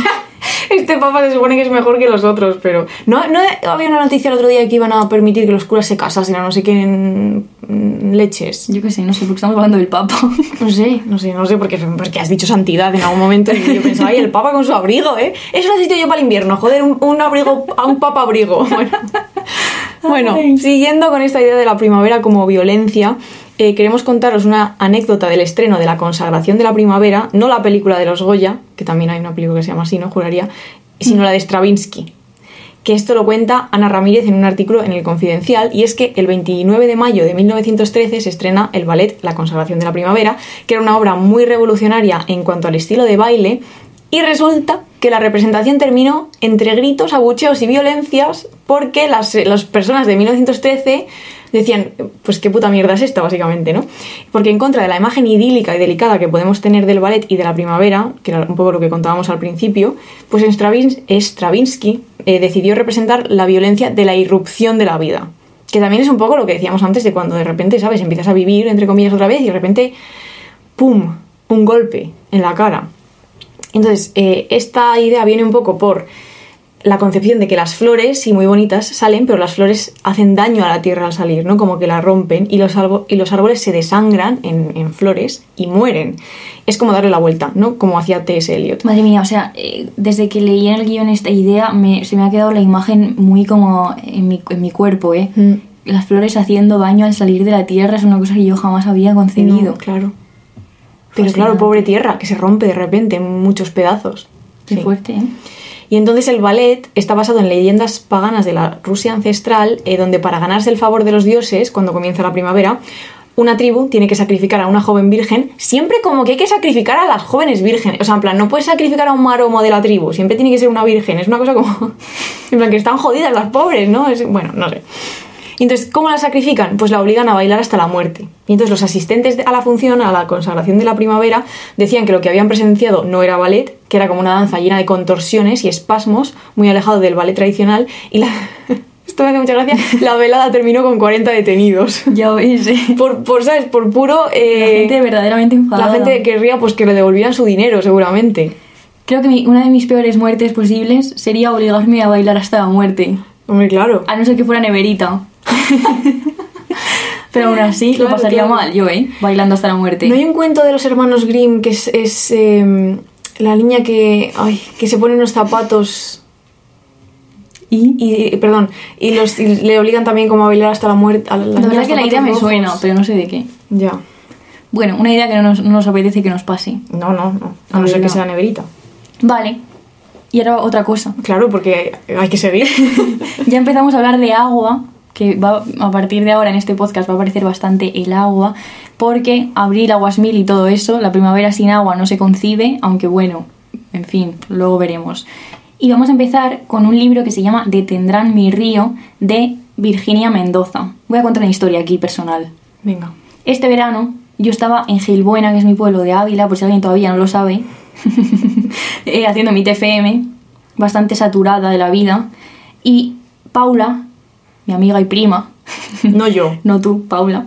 [SPEAKER 1] Este papa se supone que es mejor que los otros, pero... ¿No, no había una noticia el otro día que iban a permitir que los curas se casasen a no sé quién en leches?
[SPEAKER 3] Yo qué sé, no sé, porque estamos hablando del papa.
[SPEAKER 1] No sé, no sé, no sé, porque, porque has dicho santidad en algún momento y yo pensaba, ay, el papa con su abrigo, ¿eh? Eso necesito yo para el invierno, joder, un, un abrigo, a un papa abrigo. Bueno, Bueno,
[SPEAKER 3] Ay.
[SPEAKER 1] siguiendo con esta idea de la primavera como violencia, eh, queremos contaros una anécdota del estreno de La consagración de la primavera, no la película de los Goya, que también hay una película que se llama así, no juraría, sino la de Stravinsky. que esto lo cuenta Ana Ramírez en un artículo en El Confidencial, y es que el 29 de mayo de 1913 se estrena el ballet La Consagración de la Primavera, que era una obra muy revolucionaria en cuanto al estilo de baile, y resulta que la representación terminó entre gritos, abucheos y violencias porque las, eh, las personas de 1913 decían, pues qué puta mierda es esta, básicamente, ¿no? Porque en contra de la imagen idílica y delicada que podemos tener del ballet y de la primavera, que era un poco lo que contábamos al principio, pues Stravins, Stravinsky eh, decidió representar la violencia de la irrupción de la vida. Que también es un poco lo que decíamos antes de cuando de repente, ¿sabes? Empiezas a vivir, entre comillas, otra vez y de repente, ¡pum!, un golpe en la cara. Entonces, eh, esta idea viene un poco por la concepción de que las flores, sí, muy bonitas, salen, pero las flores hacen daño a la tierra al salir, ¿no? Como que la rompen y los, y los árboles se desangran en, en, flores y mueren. Es como darle la vuelta, ¿no? Como hacía T.S. Eliot.
[SPEAKER 3] Madre mía, o sea, eh, desde que leí en el guión esta idea, me, se me ha quedado la imagen muy como en mi, en mi cuerpo, ¿eh? Mm. Las flores haciendo daño al salir de la tierra es una cosa que yo jamás había concebido.
[SPEAKER 1] No, claro. Pero claro, pobre tierra, que se rompe de repente en muchos pedazos.
[SPEAKER 3] Qué sí. fuerte, ¿eh?
[SPEAKER 1] Y entonces el ballet está basado en leyendas paganas de la Rusia ancestral, eh, donde para ganarse el favor de los dioses, cuando comienza la primavera, una tribu tiene que sacrificar a una joven virgen, siempre como que hay que sacrificar a las jóvenes vírgenes. O sea, en plan, no puedes sacrificar a un maromo de la tribu, siempre tiene que ser una virgen. Es una cosa como. en plan, que están jodidas las pobres, ¿no? Es, bueno, no sé. Y entonces, ¿cómo la sacrifican? Pues la obligan a bailar hasta la muerte. Y entonces los asistentes a la función, a la consagración de la primavera, decían que lo que habían presenciado no era ballet, que era como una danza llena de contorsiones y espasmos, muy alejado del ballet tradicional, y la... Esto me hace mucha gracia. La velada terminó con 40 detenidos.
[SPEAKER 3] Ya veis, ¿eh?
[SPEAKER 1] Por, por ¿sabes? Por puro...
[SPEAKER 3] Eh... La gente verdaderamente enfadada.
[SPEAKER 1] La gente querría pues, que le devolvieran su dinero, seguramente.
[SPEAKER 3] Creo que mi, una de mis peores muertes posibles sería obligarme a bailar hasta la muerte.
[SPEAKER 1] Hombre, claro.
[SPEAKER 3] A no ser que fuera neverita. Pero aún así claro, lo pasaría claro. mal yo, ¿eh? Bailando hasta la muerte.
[SPEAKER 1] No hay un cuento de los hermanos Grimm que es, es eh, la niña que, ay, que se pone unos zapatos... ¿Y? y perdón, y, los, y le obligan también como a bailar hasta la muerte. A la,
[SPEAKER 3] la verdad que la idea rojos. me suena, pero no sé de qué.
[SPEAKER 1] Ya.
[SPEAKER 3] Bueno, una idea que no nos, no nos apetece que nos pase.
[SPEAKER 1] No, no, no. A, a no ser que sea neverita.
[SPEAKER 3] Vale, y ahora otra cosa.
[SPEAKER 1] Claro, porque hay que seguir.
[SPEAKER 3] ya empezamos a hablar de agua, que va, a partir de ahora en este podcast va a aparecer bastante el agua, porque abril, aguas mil y todo eso, la primavera sin agua no se concibe, aunque bueno, en fin, luego veremos. Y vamos a empezar con un libro que se llama Detendrán mi río de Virginia Mendoza. Voy a contar una historia aquí personal.
[SPEAKER 1] Venga.
[SPEAKER 3] Este verano yo estaba en Gilbuena, que es mi pueblo de Ávila, por si alguien todavía no lo sabe. eh, haciendo mi TFM, bastante saturada de la vida. Y Paula, mi amiga y prima,
[SPEAKER 1] no yo,
[SPEAKER 3] no tú, Paula,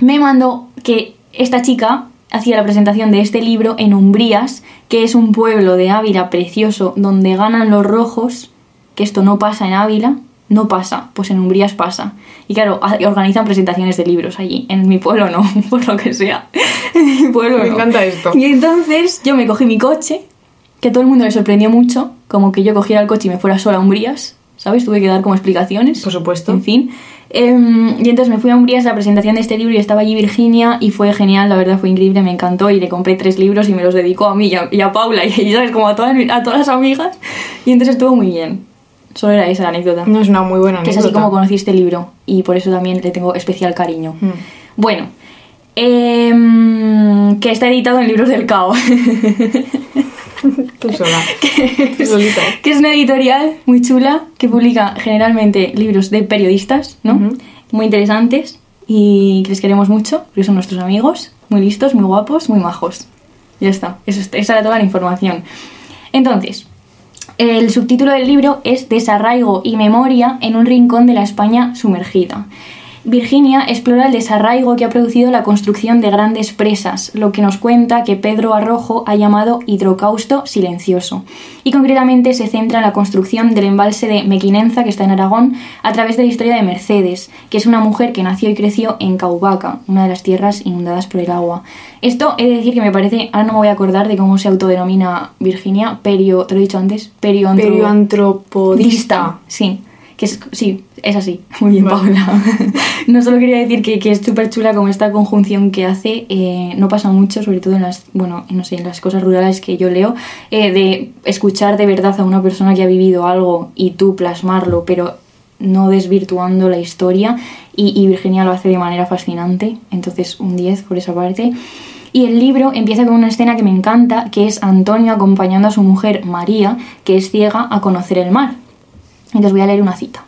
[SPEAKER 3] me mandó que esta chica hacía la presentación de este libro en Umbrías, que es un pueblo de Ávila precioso donde ganan los rojos, que esto no pasa en Ávila. No pasa, pues en Umbrías pasa. Y claro, organizan presentaciones de libros allí. En mi pueblo no, por lo que sea. En mi pueblo
[SPEAKER 1] Me
[SPEAKER 3] no.
[SPEAKER 1] encanta esto.
[SPEAKER 3] Y entonces yo me cogí mi coche, que a todo el mundo le sorprendió mucho, como que yo cogiera el coche y me fuera sola a Umbrías, ¿sabes? Tuve que dar como explicaciones.
[SPEAKER 1] Por supuesto.
[SPEAKER 3] En fin. Eh, y entonces me fui a Umbrías a la presentación de este libro y estaba allí Virginia y fue genial, la verdad fue increíble, me encantó y le compré tres libros y me los dedicó a mí y a, y a Paula y, ¿sabes? Como a todas, a todas las amigas. Y entonces estuvo muy bien. Solo era esa la anécdota.
[SPEAKER 1] No es una muy buena
[SPEAKER 3] que
[SPEAKER 1] anécdota.
[SPEAKER 3] es así como conocí este libro y por eso también le tengo especial cariño.
[SPEAKER 1] Hmm.
[SPEAKER 3] Mm. Bueno, eh, que está editado en Libros del Cao.
[SPEAKER 1] Tú sola.
[SPEAKER 3] que,
[SPEAKER 1] Tú solita.
[SPEAKER 3] que es una editorial muy chula que publica generalmente libros de periodistas, ¿no? Uh -huh. Muy interesantes y que les queremos mucho porque son nuestros amigos, muy listos, muy guapos, muy majos. Ya está, Eso, esa era toda la información. Entonces, el subtítulo del libro es Desarraigo y memoria en un rincón de la España sumergida. Virginia explora el desarraigo que ha producido la construcción de grandes presas, lo que nos cuenta que Pedro Arrojo ha llamado hidrocausto silencioso. Y concretamente se centra en la construcción del embalse de Mequinenza, que está en Aragón, a través de la historia de Mercedes, que es una mujer que nació y creció en Caubaca, una de las tierras inundadas por el agua. Esto he de decir que me parece, ahora no me voy a acordar de cómo se autodenomina Virginia, perio, te lo he dicho antes,
[SPEAKER 1] perioantro... perioantropodista.
[SPEAKER 3] Sí Que es, sí, es así. Muy bien, Paula. no solo quería decir que, que es súper chula como esta conjunción que hace. eh, no pasa mucho, sobre todo en las, bueno, no sé, en las cosas rurales que yo leo, eh, de escuchar de verdad a una persona que ha vivido algo y tú plasmarlo, pero no desvirtuando la historia y, y Virginia lo hace de manera fascinante, entonces un 10 por esa parte. Y el libro empieza con una escena que me encanta, que es Antonio acompañando a su mujer María, que es ciega, a conocer el mar. Entonces voy a leer una cita.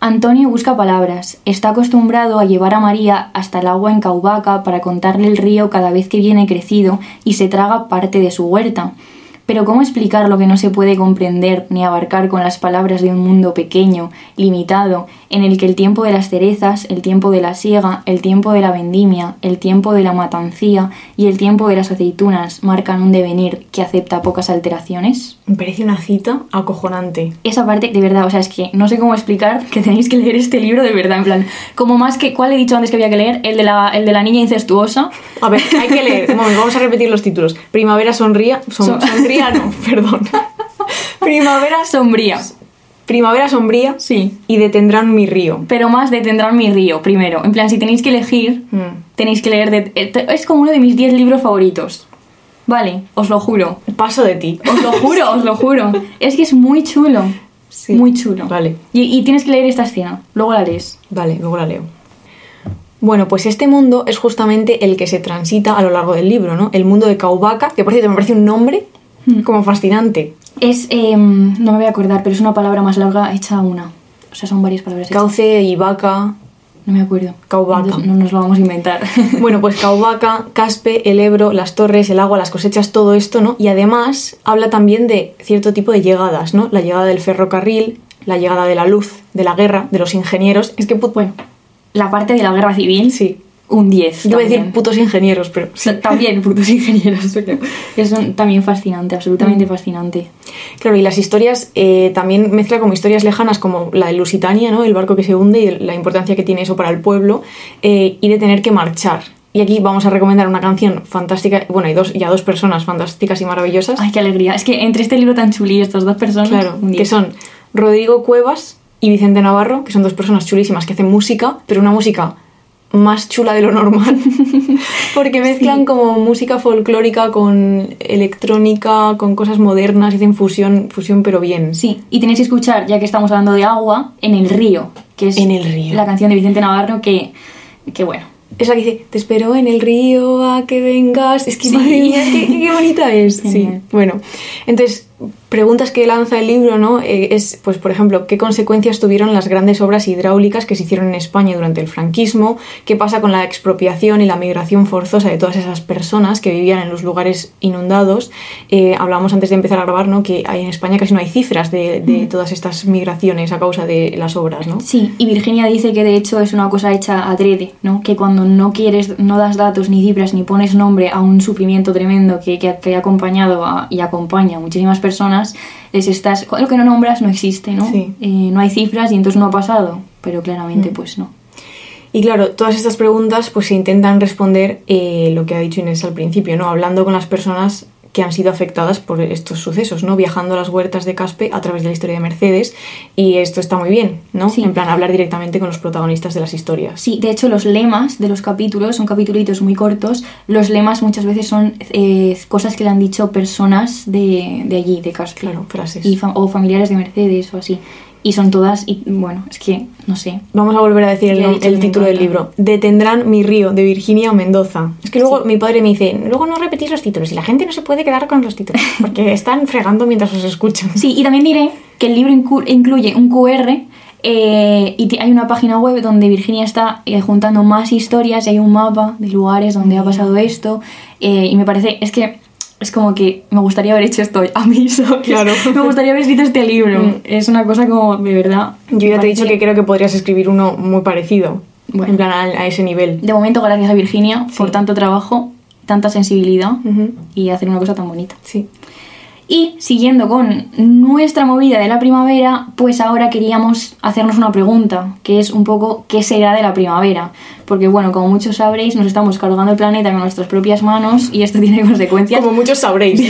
[SPEAKER 3] Antonio busca palabras. Está acostumbrado a llevar a María hasta el agua en Caubaca para contarle el río cada vez que viene crecido y se traga parte de su huerta. Pero ¿cómo explicar lo que no se puede comprender ni abarcar con las palabras de un mundo pequeño, limitado, en el que el tiempo de las cerezas, el tiempo de la siega, el tiempo de la vendimia, el tiempo de la matancía y el tiempo de las aceitunas marcan un devenir que acepta pocas alteraciones?
[SPEAKER 1] Me parece una cita acojonante.
[SPEAKER 3] Esa parte, de verdad, o sea, es que no sé cómo explicar que tenéis que leer este libro de verdad, en plan, como más que, ¿cuál he dicho antes que había que leer? El de la, el de la niña incestuosa.
[SPEAKER 1] A ver, hay que leer. Un momento, vamos a repetir los títulos. Primavera sonría. son-
[SPEAKER 3] Son-
[SPEAKER 1] Sonría no, perdón. Primavera,
[SPEAKER 3] Sombría.
[SPEAKER 1] primavera sombría
[SPEAKER 3] Sí.
[SPEAKER 1] y detendrán mi río.
[SPEAKER 3] Pero más de Tendrán mi río, primero. En plan, si tenéis que elegir,
[SPEAKER 1] Mm.
[SPEAKER 3] tenéis que leer de... eh, te- Es como uno de mis 10 libros favoritos. Vale, os lo juro.
[SPEAKER 1] Paso de ti.
[SPEAKER 3] Os lo juro, os lo juro. Es que es muy chulo.
[SPEAKER 1] Sí.
[SPEAKER 3] Muy chulo.
[SPEAKER 1] Vale.
[SPEAKER 3] Y, y tienes que leer esta escena. Luego la lees.
[SPEAKER 1] Vale, luego la leo. Bueno, pues este mundo es justamente el que se transita a lo largo del libro, ¿no? El mundo de Caubaca, que por cierto me parece un nombre como fascinante.
[SPEAKER 3] Es, em, no me voy a acordar, pero es una palabra más larga hecha a una. O sea, son varias palabras hechas.
[SPEAKER 1] Cauce y vaca.
[SPEAKER 3] No me acuerdo.
[SPEAKER 1] Caubaca.
[SPEAKER 3] Entonces, No nos lo vamos a inventar.
[SPEAKER 1] Bueno, pues Caubaca, Caspe, el Ebro, las torres, el agua, las cosechas, todo esto, ¿no? Y además habla también de cierto tipo de llegadas, ¿no? La llegada del ferrocarril, la llegada de la luz, de la guerra, de los ingenieros. Es que, put- bueno,
[SPEAKER 3] La parte de la guerra civil,
[SPEAKER 1] Sí.
[SPEAKER 3] Un 10.
[SPEAKER 1] yo iba a decir
[SPEAKER 3] también.
[SPEAKER 1] putos ingenieros, pero
[SPEAKER 3] O sea, También, putos ingenieros. pero Es un- también fascinante, absolutamente fascinante.
[SPEAKER 1] Claro, y las historias eh, también mezcla como historias lejanas como la de Lusitania, ¿no? El barco que se hunde y la importancia que tiene eso para el pueblo eh, y de tener que marchar. Y aquí vamos a recomendar una canción fantástica, bueno, y, dos, y a dos personas fantásticas y maravillosas,
[SPEAKER 3] Ay, qué alegría. Es que entre este libro tan chuli y estas dos personas.
[SPEAKER 1] claro,
[SPEAKER 3] un 10.
[SPEAKER 1] que son Rodrigo Cuevas y Vicente Navarro, que son dos personas chulísimas que hacen música, pero una música más chula de lo normal, porque mezclan como música folclórica con electrónica, con cosas modernas, y hacen fusión, fusión pero bien.
[SPEAKER 3] Sí, y tenéis que escuchar, ya que estamos hablando de agua, En el río, que es
[SPEAKER 1] En el río.
[SPEAKER 3] la canción de Vicente Navarro que, que bueno,
[SPEAKER 1] Es la que dice, te espero en el río a que vengas. Es que
[SPEAKER 3] Sí.
[SPEAKER 1] madre mía, qué, qué- qué bonita es. Sí.
[SPEAKER 3] Genial.
[SPEAKER 1] Bueno, entonces, preguntas que lanza el libro, ¿no? Eh, es, pues, por ejemplo, ¿qué consecuencias tuvieron las grandes obras hidráulicas que se hicieron en España durante el franquismo? ¿Qué pasa con la expropiación y la migración forzosa de todas esas personas que vivían en los lugares inundados? Eh, hablábamos antes de empezar a grabar, ¿no? Que hay- en España casi no hay cifras de,
[SPEAKER 3] Mm.
[SPEAKER 1] de todas estas migraciones a causa de las obras, ¿no?
[SPEAKER 3] Sí, y Virginia dice que de hecho es una cosa hecha adrede, ¿no? Que cuando no quieres, no das datos ni cifras ni pones nombre a un sufrimiento tremendo que, que te ha acompañado a- y acompaña a muchísimas personas, les estás. Lo que no nombras no existe, ¿no?
[SPEAKER 1] Sí. Mm.
[SPEAKER 3] Eh, no hay cifras y entonces no ha pasado, pero claramente pues no.
[SPEAKER 1] Y claro, todas estas preguntas pues se intentan responder eh, lo que ha dicho Inés al principio, ¿no? Hablando con las personas que han sido afectadas por estos sucesos, ¿no? Viajando a las huertas de Caspe a través de la historia de Mercedes y esto está muy bien, ¿no?
[SPEAKER 3] Sí.
[SPEAKER 1] En plan, hablar directamente con los protagonistas de las historias.
[SPEAKER 3] Sí, de hecho los lemas de los capítulos son capítulos muy cortos. Los lemas muchas veces son eh, cosas que le han dicho personas de, de allí, de Castro.
[SPEAKER 1] Claro, frases.
[SPEAKER 3] y fam- o familiares de Mercedes o así. Y son todas, y bueno, es que no sé.
[SPEAKER 1] Vamos a volver a decir el,
[SPEAKER 3] Ya he
[SPEAKER 1] nom-
[SPEAKER 3] dicho
[SPEAKER 1] el
[SPEAKER 3] que me
[SPEAKER 1] título del
[SPEAKER 3] encanta.
[SPEAKER 1] libro. Detendrán mi río, de Virginia Mendoza. Es que luego mi padre me dice, luego no repetís los títulos y la gente no se puede quedar con los títulos porque están fregando mientras os escuchan.
[SPEAKER 3] Sí, y también diré que el libro incu- incluye un QR eh, y ti- hay una página web donde Virginia está eh, juntando más historias y hay un mapa de lugares donde ha pasado esto. eh, y me parece, es que es como que me gustaría haber hecho esto a mí, ¿sabes?
[SPEAKER 1] Claro.
[SPEAKER 3] Me gustaría haber escrito este libro.
[SPEAKER 1] Mm.
[SPEAKER 3] Es una cosa como, de verdad.
[SPEAKER 1] Yo ya te he dicho
[SPEAKER 3] parece-
[SPEAKER 1] que creo que podrías escribir uno muy parecido.
[SPEAKER 3] Bueno.
[SPEAKER 1] En plan, a, a ese nivel.
[SPEAKER 3] De momento, gracias a Virginia por
[SPEAKER 1] Sí. Mm.
[SPEAKER 3] tanto trabajo, tanta sensibilidad
[SPEAKER 1] Ujú.
[SPEAKER 3] y hacer una cosa tan bonita.
[SPEAKER 1] Sí.
[SPEAKER 3] Y siguiendo con nuestra movida de la primavera, pues ahora queríamos hacernos una pregunta, que es un poco qué será de la primavera. Porque bueno, como muchos sabréis, nos estamos cargando el planeta con nuestras propias manos y esto tiene consecuencias.
[SPEAKER 1] Como muchos sabréis.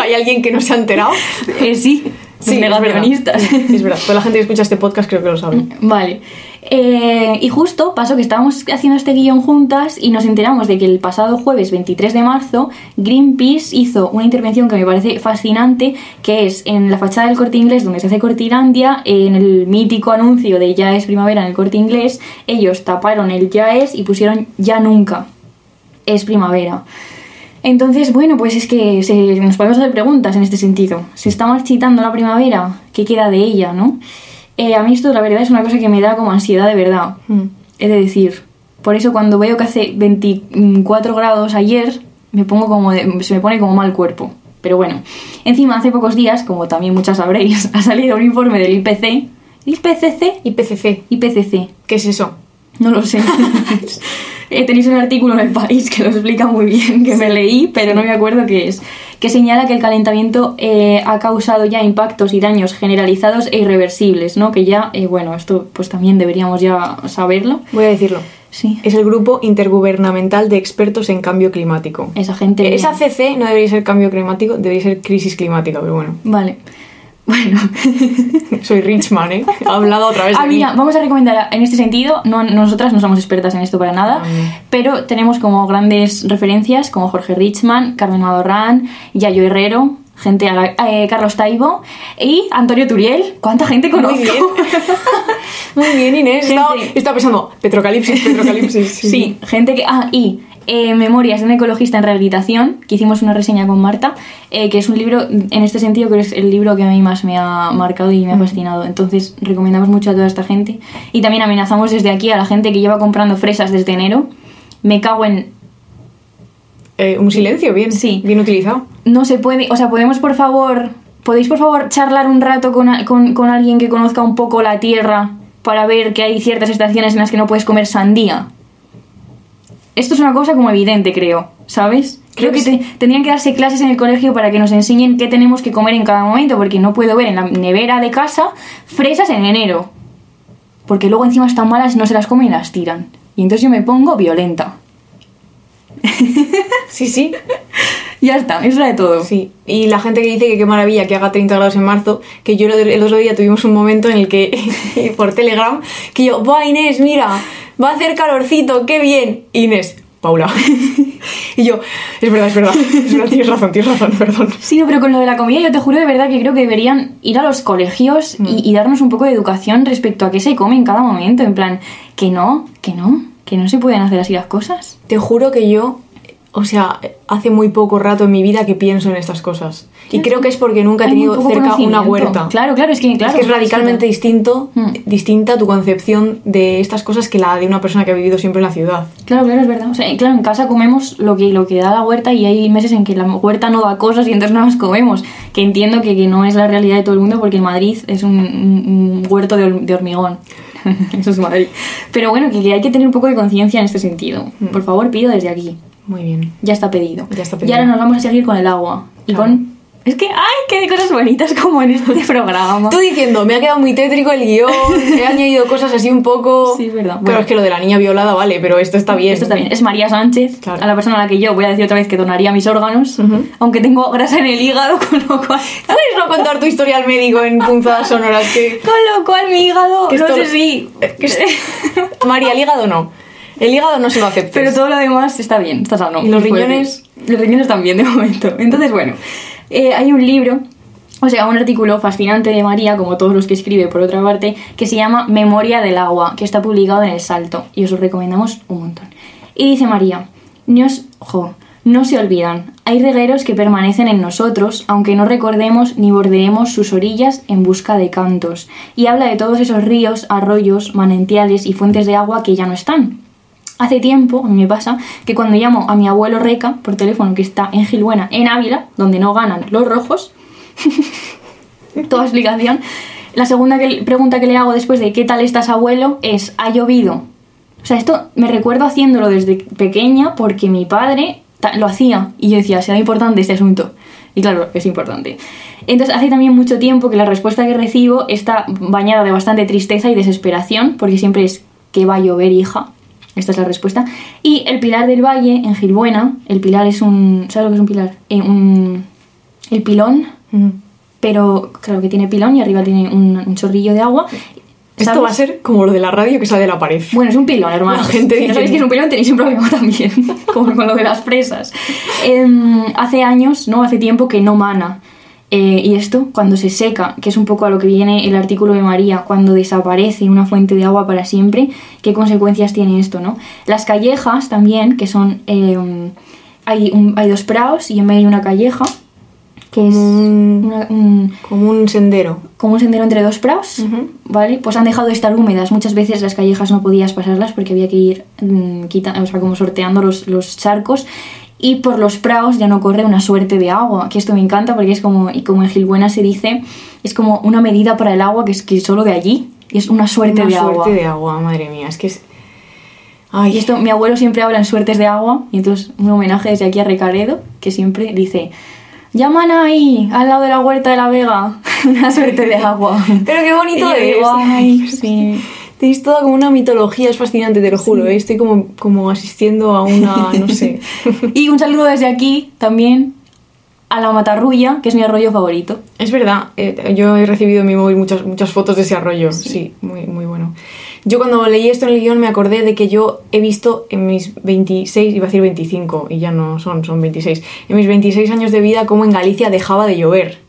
[SPEAKER 1] Hay alguien que no se ha enterado.
[SPEAKER 3] Eh, sí, los negacionistas.
[SPEAKER 1] Es verdad. Es verdad. Toda la gente que escucha este podcast creo que lo sabe.
[SPEAKER 3] Vale. Eh, y justo pasó que estábamos haciendo este guión juntas y nos enteramos de que el pasado jueves 23 de marzo Greenpeace hizo una intervención que me parece fascinante, que es en la fachada del corte inglés donde se hace Cortilandia, en el mítico anuncio de Ya es primavera en el corte inglés, ellos taparon el Ya es y pusieron Ya nunca es primavera. Entonces, bueno, pues es que se- nos podemos hacer preguntas en este sentido. ¿Se está marchitando la primavera? ¿Qué queda de ella, no? Eh, a mí esto, la verdad, es una cosa que me da como ansiedad de verdad.
[SPEAKER 1] Mm.
[SPEAKER 3] Es de decir, por eso cuando veo que hace 24 grados ayer, me pongo como de- se me pone como mal cuerpo. Pero bueno, encima hace pocos días, como también muchas sabréis, ha salido un informe del IPC. ¿IPCC?
[SPEAKER 1] IPCC.
[SPEAKER 3] IPCC.
[SPEAKER 1] ¿Qué es eso?
[SPEAKER 3] No lo sé. Eh, Tenéis un artículo en el país que lo explica muy bien, que me leí, pero no me acuerdo qué es. Que señala que el calentamiento eh, ha causado ya impactos y daños generalizados e irreversibles, ¿no? Que ya, eh, bueno, esto pues también deberíamos ya saberlo.
[SPEAKER 1] Voy a decirlo.
[SPEAKER 3] Sí.
[SPEAKER 1] Es el Grupo Intergubernamental de Expertos en Cambio Climático.
[SPEAKER 3] Esa gente.
[SPEAKER 1] Esa
[SPEAKER 3] bien.
[SPEAKER 1] CC no debería ser cambio climático, debería ser crisis climática, pero bueno.
[SPEAKER 3] Vale. Bueno.
[SPEAKER 1] Soy Richman, ¿eh? Ha hablado otra vez.
[SPEAKER 3] Ah,
[SPEAKER 1] de mí.
[SPEAKER 3] mira, vamos a recomendar en este sentido, no, nosotras no somos expertas en esto para nada,
[SPEAKER 1] Mm.
[SPEAKER 3] pero tenemos como grandes referencias como Jorge Richman, Carmen Madorrán, Yayo Herrero, gente a la- eh, Carlos Taibo y Antonio Turiel. ¿Cuánta gente
[SPEAKER 1] Muy
[SPEAKER 3] conozco?
[SPEAKER 1] bien. Muy bien, Inés. Estaba,
[SPEAKER 3] Gente.
[SPEAKER 1] estaba pensando, petrocalipsis, petrocalipsis.
[SPEAKER 3] Sí, gente que... Ah, y eh, Memorias de un ecologista en rehabilitación, que hicimos una reseña con Marta, eh, que es un libro, en este sentido, que es el libro que a mí más me ha marcado y me ha fascinado. Entonces, recomendamos mucho a toda esta gente. Y también amenazamos desde aquí a la gente que lleva comprando fresas desde enero. Me cago en...
[SPEAKER 1] Eh, un silencio bien,
[SPEAKER 3] Sí.
[SPEAKER 1] bien utilizado.
[SPEAKER 3] No se puede... O sea, podemos, por favor... ¿Podéis, por favor, charlar un rato con, a- con- con alguien que conozca un poco la tierra para ver que hay ciertas estaciones en las que no puedes comer sandía? Esto es una cosa como evidente, creo, ¿sabes? Creo que te- tendrían que darse clases en el colegio para que nos enseñen qué tenemos que comer en cada momento, porque no puedo ver en la nevera de casa fresas en enero. Porque luego encima están malas, no se las comen y las tiran. Y entonces yo me pongo violenta.
[SPEAKER 1] Sí, sí.
[SPEAKER 3] Ya está, eso era de todo.
[SPEAKER 1] Sí. Y la gente que dice que qué maravilla que haga 30 grados en marzo, que yo el otro día tuvimos un momento en el que, por Telegram, que yo, ¡buah, Inés, mira! Va a hacer calorcito, qué bien. Inés, Paula. y yo, es verdad, es verdad, es verdad, tienes razón, tienes razón, perdón.
[SPEAKER 3] Sí, no, pero con lo de la comida yo te juro de verdad que creo que deberían ir a los colegios
[SPEAKER 1] Mm.
[SPEAKER 3] y, y darnos un poco de educación respecto a qué se come en cada momento. En plan, que no, que no, que no se pueden hacer así las cosas.
[SPEAKER 1] Te juro que yo, o sea, hace muy poco rato en mi vida que pienso en estas cosas. Y creo que es porque nunca he
[SPEAKER 3] Hay muy
[SPEAKER 1] tenido
[SPEAKER 3] poco
[SPEAKER 1] cerca una
[SPEAKER 3] conocimiento.
[SPEAKER 1] huerta.
[SPEAKER 3] Claro, claro, es que, claro,
[SPEAKER 1] es que es radicalmente
[SPEAKER 3] sí.
[SPEAKER 1] distinto,
[SPEAKER 3] Mm.
[SPEAKER 1] distinta tu concepción de estas cosas que la de una persona que ha vivido siempre en la ciudad.
[SPEAKER 3] Claro, claro, es verdad. O sea, claro, en casa comemos lo que, lo que da la huerta y hay meses en que la huerta no da cosas y entonces no las comemos. Que entiendo que, que no es la realidad de todo el mundo porque en Madrid es un, un- un huerto de, hor- de hormigón. Eso es Madrid. Pero bueno, que, que hay que tener un poco de conciencia en este sentido. Por favor, pido desde aquí.
[SPEAKER 1] Muy bien.
[SPEAKER 3] Ya está pedido.
[SPEAKER 1] Mm. Ya está
[SPEAKER 3] Y
[SPEAKER 1] pedido.
[SPEAKER 3] ahora nos vamos a seguir con el agua. Y
[SPEAKER 1] Claro.
[SPEAKER 3] con... Es que, ¡ay! Que hay cosas bonitas como en este programa.
[SPEAKER 1] Tú diciendo, me ha quedado muy tétrico el guión, he añadido cosas así un poco.
[SPEAKER 3] Sí, es verdad.
[SPEAKER 1] Claro,
[SPEAKER 3] Bueno.
[SPEAKER 1] es que lo de la niña violada vale, pero esto está bien.
[SPEAKER 3] Esto está bien. Es María Sánchez,
[SPEAKER 1] Claro.
[SPEAKER 3] a la persona a la que yo voy a decir otra vez que donaría mis órganos, aunque tengo grasa en el hígado, con lo cual.
[SPEAKER 1] ¿Puedes no contar tu historia al médico en punzadas sonoras que.
[SPEAKER 3] Con lo cual mi hígado,
[SPEAKER 1] Que
[SPEAKER 3] no
[SPEAKER 1] esto-
[SPEAKER 3] sé si.
[SPEAKER 1] que esto- María, el hígado no. El hígado no se lo aceptes.
[SPEAKER 3] Pero todo lo demás está bien, está sano.
[SPEAKER 1] ¿Y los
[SPEAKER 3] Fuerte.
[SPEAKER 1] riñones?
[SPEAKER 3] Los riñones también, de momento. Entonces, bueno, eh, hay un libro, o sea, un artículo fascinante de María, como todos los que escribe, por otra parte, que se llama Memoria del agua, que está publicado en El Salto, y os lo recomendamos un montón. Y dice María, no os- jo, no se olvidan, hay regueros que permanecen en nosotros, aunque no recordemos ni bordeemos sus orillas en busca de cantos, y habla de todos esos ríos, arroyos, manantiales y fuentes de agua que ya no están. Hace tiempo, a mí me pasa, que cuando llamo a mi abuelo Reca por teléfono, que está en Gilbuena, en Ávila, donde no ganan los rojos, toda explicación, la segunda que- pregunta que le hago después de ¿qué tal estás abuelo? es ¿ha llovido? O sea, esto me recuerdo haciéndolo desde pequeña porque mi padre ta- lo hacía y yo decía, será importante este asunto. Y claro, es importante. Entonces, hace también mucho tiempo que la respuesta que recibo está bañada de bastante tristeza y desesperación, porque siempre es que va a llover, hija. Esta es la respuesta. Y el Pilar del Valle, en Gilbuena, el Pilar es un... ¿Sabes lo que es un pilar? Eh, un, el pilón
[SPEAKER 1] Mm.
[SPEAKER 3] pero claro que tiene pilón y arriba tiene un, un chorrillo de agua.
[SPEAKER 1] Esto
[SPEAKER 3] ¿sabes?
[SPEAKER 1] va a ser como lo de la radio que sale de la pared.
[SPEAKER 3] Bueno, es un pilón, hermano.
[SPEAKER 1] La gente
[SPEAKER 3] si no
[SPEAKER 1] dice-
[SPEAKER 3] sabéis que es un pilón, tenéis un problema también, como con lo de las presas. Em, hace años, no, hace tiempo que no mana. Eh, y esto, cuando se seca, que es un poco a lo que viene el artículo de María, cuando desaparece una fuente de agua para siempre, ¿qué consecuencias tiene esto, no? Las callejas también, que son... em, hay, un- hay dos praos y en medio hay una calleja, que es
[SPEAKER 1] Como un-
[SPEAKER 3] una- un-
[SPEAKER 1] Como un sendero.
[SPEAKER 3] como un sendero entre dos praos,
[SPEAKER 1] Ujú.
[SPEAKER 3] ¿vale? Pues han dejado de estar húmedas. Muchas veces las callejas no podías pasarlas porque había que ir mm, quita- o sea, como sorteando los, los charcos. Y por los praos ya no corre una suerte de agua, que esto me encanta porque es como, y como en Gilbuena se dice, es como una medida para el agua que es que solo de allí, y es una suerte,
[SPEAKER 1] Una
[SPEAKER 3] de,
[SPEAKER 1] suerte
[SPEAKER 3] agua.
[SPEAKER 1] de agua, madre mía. Es que es. Ay,
[SPEAKER 3] Y esto, mi abuelo siempre habla en suertes de agua, y entonces un homenaje desde aquí a Recaredo, que siempre dice, llaman ahí, al lado de la huerta de la Vega, una suerte de agua.
[SPEAKER 1] Pero qué
[SPEAKER 3] Y
[SPEAKER 1] bonito
[SPEAKER 3] yo
[SPEAKER 1] es.
[SPEAKER 3] digo, "Ay, sí".
[SPEAKER 1] Tenéis toda como una mitología, es fascinante, te lo juro. ¿eh? Estoy como, como asistiendo a una, no sé.
[SPEAKER 3] Y un saludo desde aquí también a la Matarrulla, que es mi arroyo favorito.
[SPEAKER 1] Es verdad, eh, yo he recibido en mi móvil muchas, muchas fotos de ese arroyo. Sí, muy, muy bueno. Yo cuando leí esto en el guión me acordé de que yo he visto en mis 26, iba a decir 25, y ya no son, son 26. En mis 26 años de vida, como en Galicia dejaba de llover.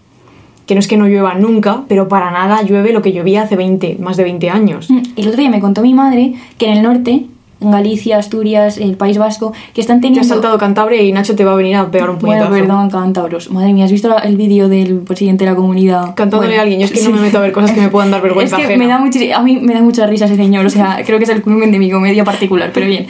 [SPEAKER 1] Que no es que no llueva nunca, pero para nada llueve lo que llovía hace 20, más de 20 años.
[SPEAKER 3] Mm, El otro día me contó mi madre que en el norte, en Galicia, Asturias, el País Vasco, que están
[SPEAKER 1] Te
[SPEAKER 3] teniendo...
[SPEAKER 1] has saltado Cantabria y Nacho te va a venir a pegar un
[SPEAKER 3] bueno,
[SPEAKER 1] puñetazo.
[SPEAKER 3] perdón, cántabros. Madre mía, ¿has visto la- el vídeo del presidente de la comunidad?
[SPEAKER 1] Cantándole
[SPEAKER 3] Bueno,
[SPEAKER 1] a alguien. Yo es que no me
[SPEAKER 3] sí.
[SPEAKER 1] meto a ver cosas que me puedan dar vergüenza
[SPEAKER 3] Es que
[SPEAKER 1] ajena.
[SPEAKER 3] me da muchis- a mí me da mucha risa ese señor, o sea, creo que es el culmen de mi comedia particular, pero bien.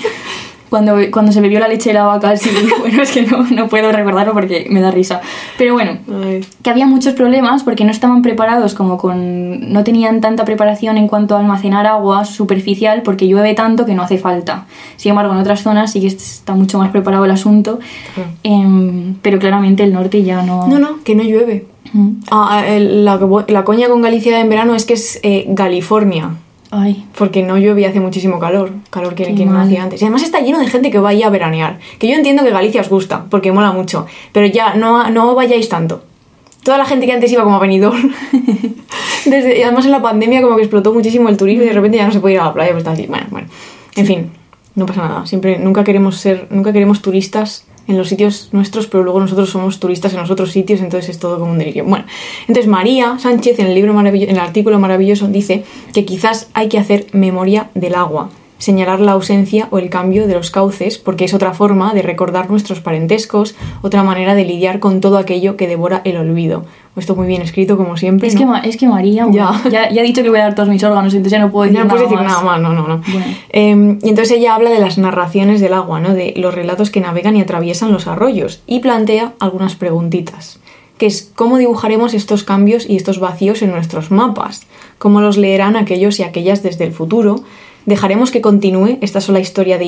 [SPEAKER 3] Cuando, cuando se bebió la leche de la vaca, sí, bueno, es que no, no puedo recordarlo porque me da risa. Pero bueno,
[SPEAKER 1] Ay.
[SPEAKER 3] que había muchos problemas porque no estaban preparados como con no tenían tanta preparación en cuanto a almacenar agua superficial porque llueve tanto que no hace falta sin embargo en otras zonas sí que está mucho más preparado el asunto
[SPEAKER 1] Claro.
[SPEAKER 3] em, pero claramente el norte ya no
[SPEAKER 1] No, no, que no llueve.
[SPEAKER 3] Mm.
[SPEAKER 1] Ah, ah, el- la, la coña con Galicia en verano es que es eh, California.
[SPEAKER 3] ay
[SPEAKER 1] Porque no llueve y hace muchísimo calor. Calor que,
[SPEAKER 3] Qué
[SPEAKER 1] que no
[SPEAKER 3] mal.
[SPEAKER 1] hacía antes. Y además está lleno de gente que va ahí a veranear. Que yo entiendo que Galicia os gusta, porque mola mucho. Pero ya, no, no vayáis tanto. Toda la gente que antes iba como a Benidorm. Desde, y además en la pandemia como que explotó muchísimo el turismo y de
[SPEAKER 3] Mm.
[SPEAKER 1] repente ya no se puede ir a la playa. Pues está así. Bueno, bueno. En fin, no pasa nada. Siempre, nunca queremos ser, nunca queremos turistas en los sitios nuestros, pero luego nosotros somos turistas en los otros sitios, entonces es todo como un delirio. Bueno, entonces María Sánchez en el libro maravilloso, en el artículo maravilloso dice que quizás hay que hacer memoria del agua, señalar la ausencia o el cambio de los cauces, porque es otra forma de recordar nuestros parentescos, otra manera de lidiar con todo aquello que devora el olvido. Esto muy bien escrito como siempre.
[SPEAKER 3] es
[SPEAKER 1] ¿no?
[SPEAKER 3] que, Ma- es que María bueno,
[SPEAKER 1] Ya.
[SPEAKER 3] ya ya he dicho que voy a dar todos mis órganos entonces ya no puedo decir,
[SPEAKER 1] Ya no puedes decir
[SPEAKER 3] más.
[SPEAKER 1] nada más, no, no, no.
[SPEAKER 3] Bueno.
[SPEAKER 1] Eh, y entonces ella habla de las narraciones del agua, ¿no? De los relatos que navegan y atraviesan los arroyos y plantea algunas preguntitas, que es cómo dibujaremos estos cambios y estos vacíos en nuestros mapas, cómo los leerán aquellos y aquellas desde el futuro, dejaremos que continúe esta sola historia de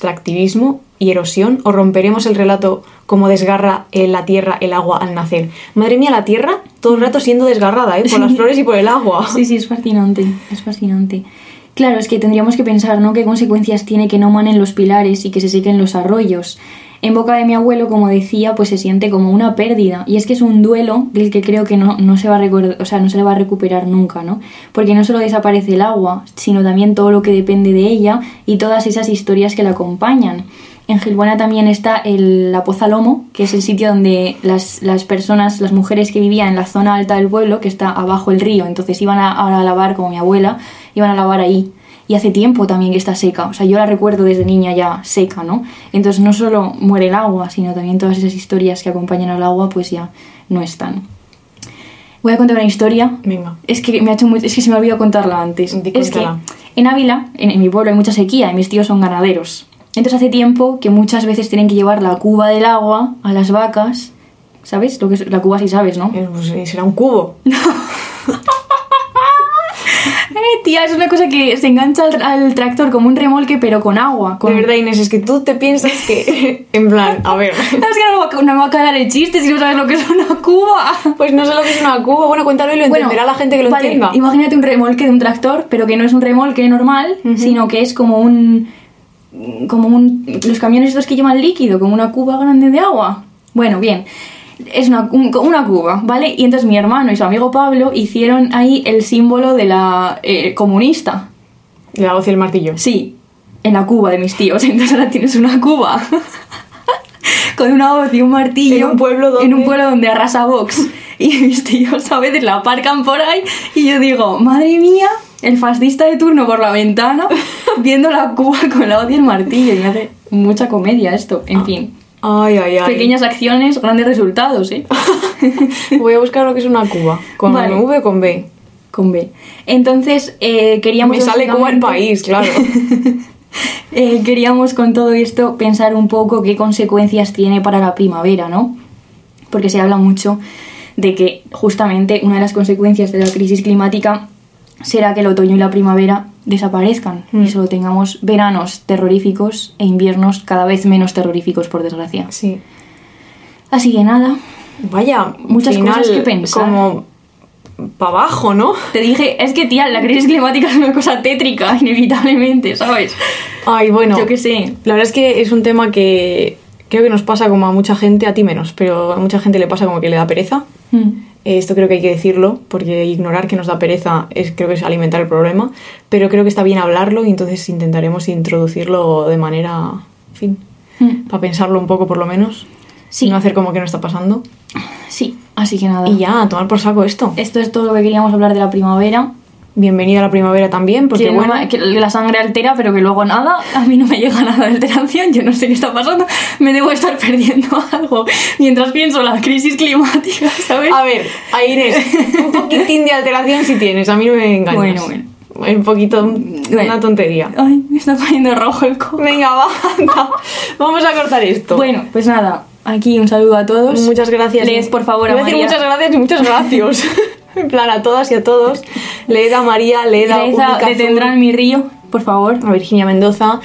[SPEAKER 1] hiperextractivismo y erosión o romperemos el relato como desgarra eh, la tierra el agua al nacer. Madre mía, la tierra todo el rato siendo desgarrada, ¿eh? Por las flores y por el agua.
[SPEAKER 3] Sí, sí, es fascinante, es fascinante. Claro, es que tendríamos que pensar, ¿no? ¿Qué consecuencias tiene que no manen los pilares y que se sequen los arroyos? En boca de mi abuelo, como decía, pues se siente como una pérdida. Y es que es un duelo del que creo que no, no se va a recordar, o sea, no se le va a recuperar nunca, ¿no? Porque no solo desaparece el agua, sino también todo lo que depende de ella y todas esas historias que la acompañan. En Gilbuena también está el, la Poza Lomo, que es el sitio donde las, las personas, las mujeres que vivían en la zona alta del pueblo, que está abajo el río, entonces iban a, a lavar, como mi abuela, iban a lavar ahí. Y hace tiempo también que está seca, o sea, yo la recuerdo desde niña ya seca, ¿no? Entonces no solo muere el agua, sino también todas esas historias que acompañan al agua, pues ya no están. Voy a contar una historia
[SPEAKER 1] Venga.
[SPEAKER 3] es que me ha hecho muy- es que se me olvidó contarla antes.
[SPEAKER 1] Di,
[SPEAKER 3] Es que
[SPEAKER 1] cuéntala.
[SPEAKER 3] en Ávila, en, en mi pueblo, hay mucha sequía y mis tíos son ganaderos. Entonces hace tiempo que muchas veces tienen que llevar la cuba del agua a las vacas. ¿Sabes? Lo que es la cuba sí sabes, ¿no?
[SPEAKER 1] Eh, pues, eh, será un cubo.
[SPEAKER 3] Eh, tía, es una cosa que se engancha al, al tractor como un remolque, pero con agua. Con...
[SPEAKER 1] De verdad, Inés, es que tú te piensas que. en plan, a ver.
[SPEAKER 3] Es que no, me va- no me va a cagar el chiste si no sabes lo que es una cuba.
[SPEAKER 1] Pues no sé lo que es una cuba. Bueno, cuéntalo y lo
[SPEAKER 3] Bueno,
[SPEAKER 1] entenderá la gente que lo
[SPEAKER 3] vale,
[SPEAKER 1] entienda.
[SPEAKER 3] Imagínate un remolque de un tractor, pero que no es un remolque normal, sino que es como un. como un. los camiones estos que llevan líquido, como una cuba grande de agua. Bueno, bien. es una, un- una cuba, ¿vale? Y entonces mi hermano y su amigo Pablo hicieron ahí el símbolo de la eh, comunista.
[SPEAKER 1] La hoz y el martillo.
[SPEAKER 3] Sí, en la cuba de mis tíos. Entonces ahora tienes una cuba. Con una hoz y un martillo.
[SPEAKER 1] En un pueblo donde-
[SPEAKER 3] En un pueblo donde arrasa Vox. Y mis tíos a veces la aparcan por ahí. Y yo digo, madre mía, el fascista de turno por la ventana. Viendo la cuba con la hoz y el martillo. Y me hace mucha comedia esto.
[SPEAKER 1] Ah,
[SPEAKER 3] En fin.
[SPEAKER 1] Ay, ay, ay.
[SPEAKER 3] Pequeñas acciones, grandes resultados, ¿eh?
[SPEAKER 1] Voy a buscar lo que es una cuba. ¿Con
[SPEAKER 3] Vale.
[SPEAKER 1] V o con B?
[SPEAKER 3] Con B. Entonces, eh, queríamos...
[SPEAKER 1] Me sale Cuba el
[SPEAKER 3] básicamente-
[SPEAKER 1] país, claro.
[SPEAKER 3] Eh, queríamos con todo esto pensar un poco qué consecuencias tiene para la primavera, ¿no? Porque se habla mucho de que justamente una de las consecuencias de la crisis climática será que el otoño y la primavera desaparezcan
[SPEAKER 1] Mm.
[SPEAKER 3] y solo tengamos veranos terroríficos e inviernos cada vez menos terroríficos, por desgracia.
[SPEAKER 1] Sí.
[SPEAKER 3] Así que nada,
[SPEAKER 1] Vaya,
[SPEAKER 3] Muchas
[SPEAKER 1] final,
[SPEAKER 3] cosas que pensar.
[SPEAKER 1] Como para abajo, ¿no?
[SPEAKER 3] te dije, es que tía, la crisis climática es una cosa tétrica, inevitablemente, ¿sabes?
[SPEAKER 1] Ay, bueno.
[SPEAKER 3] Yo qué sé.
[SPEAKER 1] La verdad es que es un tema que creo que nos pasa como a mucha gente, a ti menos, pero a mucha gente le pasa como que le da pereza.
[SPEAKER 3] Mm.
[SPEAKER 1] Eh, Esto creo que hay que decirlo, porque ignorar que nos da pereza es, creo que es alimentar el problema, pero creo que está bien hablarlo y entonces intentaremos introducirlo de manera, en fin,
[SPEAKER 3] Mm.
[SPEAKER 1] para pensarlo un poco por lo menos,
[SPEAKER 3] Sí.
[SPEAKER 1] Hmm.
[SPEAKER 3] Ah.
[SPEAKER 1] no hacer como que no está pasando.
[SPEAKER 3] Sí, así que nada.
[SPEAKER 1] Y ya, a tomar por saco esto.
[SPEAKER 3] Esto es todo lo que queríamos hablar de la primavera.
[SPEAKER 1] Bienvenida a la primavera también, porque
[SPEAKER 3] que, no
[SPEAKER 1] bueno,
[SPEAKER 3] me- que la sangre altera, pero que luego nada, a mí no me llega nada de alteración, yo no sé qué está pasando, me debo estar perdiendo algo mientras pienso las crisis climáticas, ¿sabes?
[SPEAKER 1] A ver, a Inés, un poquitín de alteración si tienes, a mí no me engañas.
[SPEAKER 3] Bueno, bueno.
[SPEAKER 1] Un poquito,
[SPEAKER 3] Bueno.
[SPEAKER 1] una tontería.
[SPEAKER 3] Ay, me está poniendo rojo el coco.
[SPEAKER 1] Venga, va, anda. vamos a cortar esto.
[SPEAKER 3] Bueno, pues nada, aquí un saludo a todos.
[SPEAKER 1] muchas gracias.
[SPEAKER 3] Pues, Lees, por favor, a
[SPEAKER 1] Iba a decir
[SPEAKER 3] María.
[SPEAKER 1] muchas gracias y muchas gracias. en plan, a todas y a todos. Leed a María, leed a
[SPEAKER 3] Lees a
[SPEAKER 1] Única Azul,
[SPEAKER 3] Detendrán mi río, por favor.
[SPEAKER 1] a Virginia Mendoza.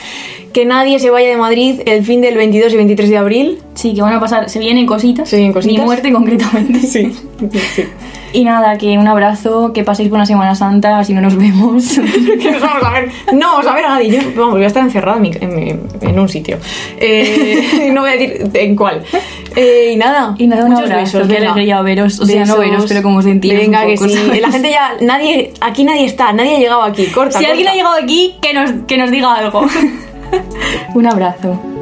[SPEAKER 1] Que nadie se vaya de Madrid el fin del 22 y 23 de abril.
[SPEAKER 3] Sí, que van a pasar, se vienen cositas.
[SPEAKER 1] Se vienen cositas.
[SPEAKER 3] Mi muerte concretamente.
[SPEAKER 1] sí.
[SPEAKER 3] Y nada, que un abrazo, que paséis por una Semana Santa, si no nos vemos.
[SPEAKER 1] Que nos vamos a ver. No vamos a ver a nadie. Yo, vamos, voy a estar encerrada en, mi- en mi- en un sitio. Eh, no voy a decir en cuál. Eh, y nada.
[SPEAKER 3] Y nada, un
[SPEAKER 1] muchos
[SPEAKER 3] abrazo,
[SPEAKER 1] besos,
[SPEAKER 3] qué
[SPEAKER 1] venga.
[SPEAKER 3] alegría veros. O sea, no
[SPEAKER 1] Besos.
[SPEAKER 3] veros, pero como sentiros
[SPEAKER 1] Venga,
[SPEAKER 3] un
[SPEAKER 1] que
[SPEAKER 3] poco,
[SPEAKER 1] sí.
[SPEAKER 3] ¿sabes?
[SPEAKER 1] La gente ya. Nadie, aquí nadie está. Nadie ha llegado aquí. Corta.
[SPEAKER 3] Si alguien
[SPEAKER 1] corta.
[SPEAKER 3] ha llegado aquí, que nos, que nos diga algo. Un abrazo.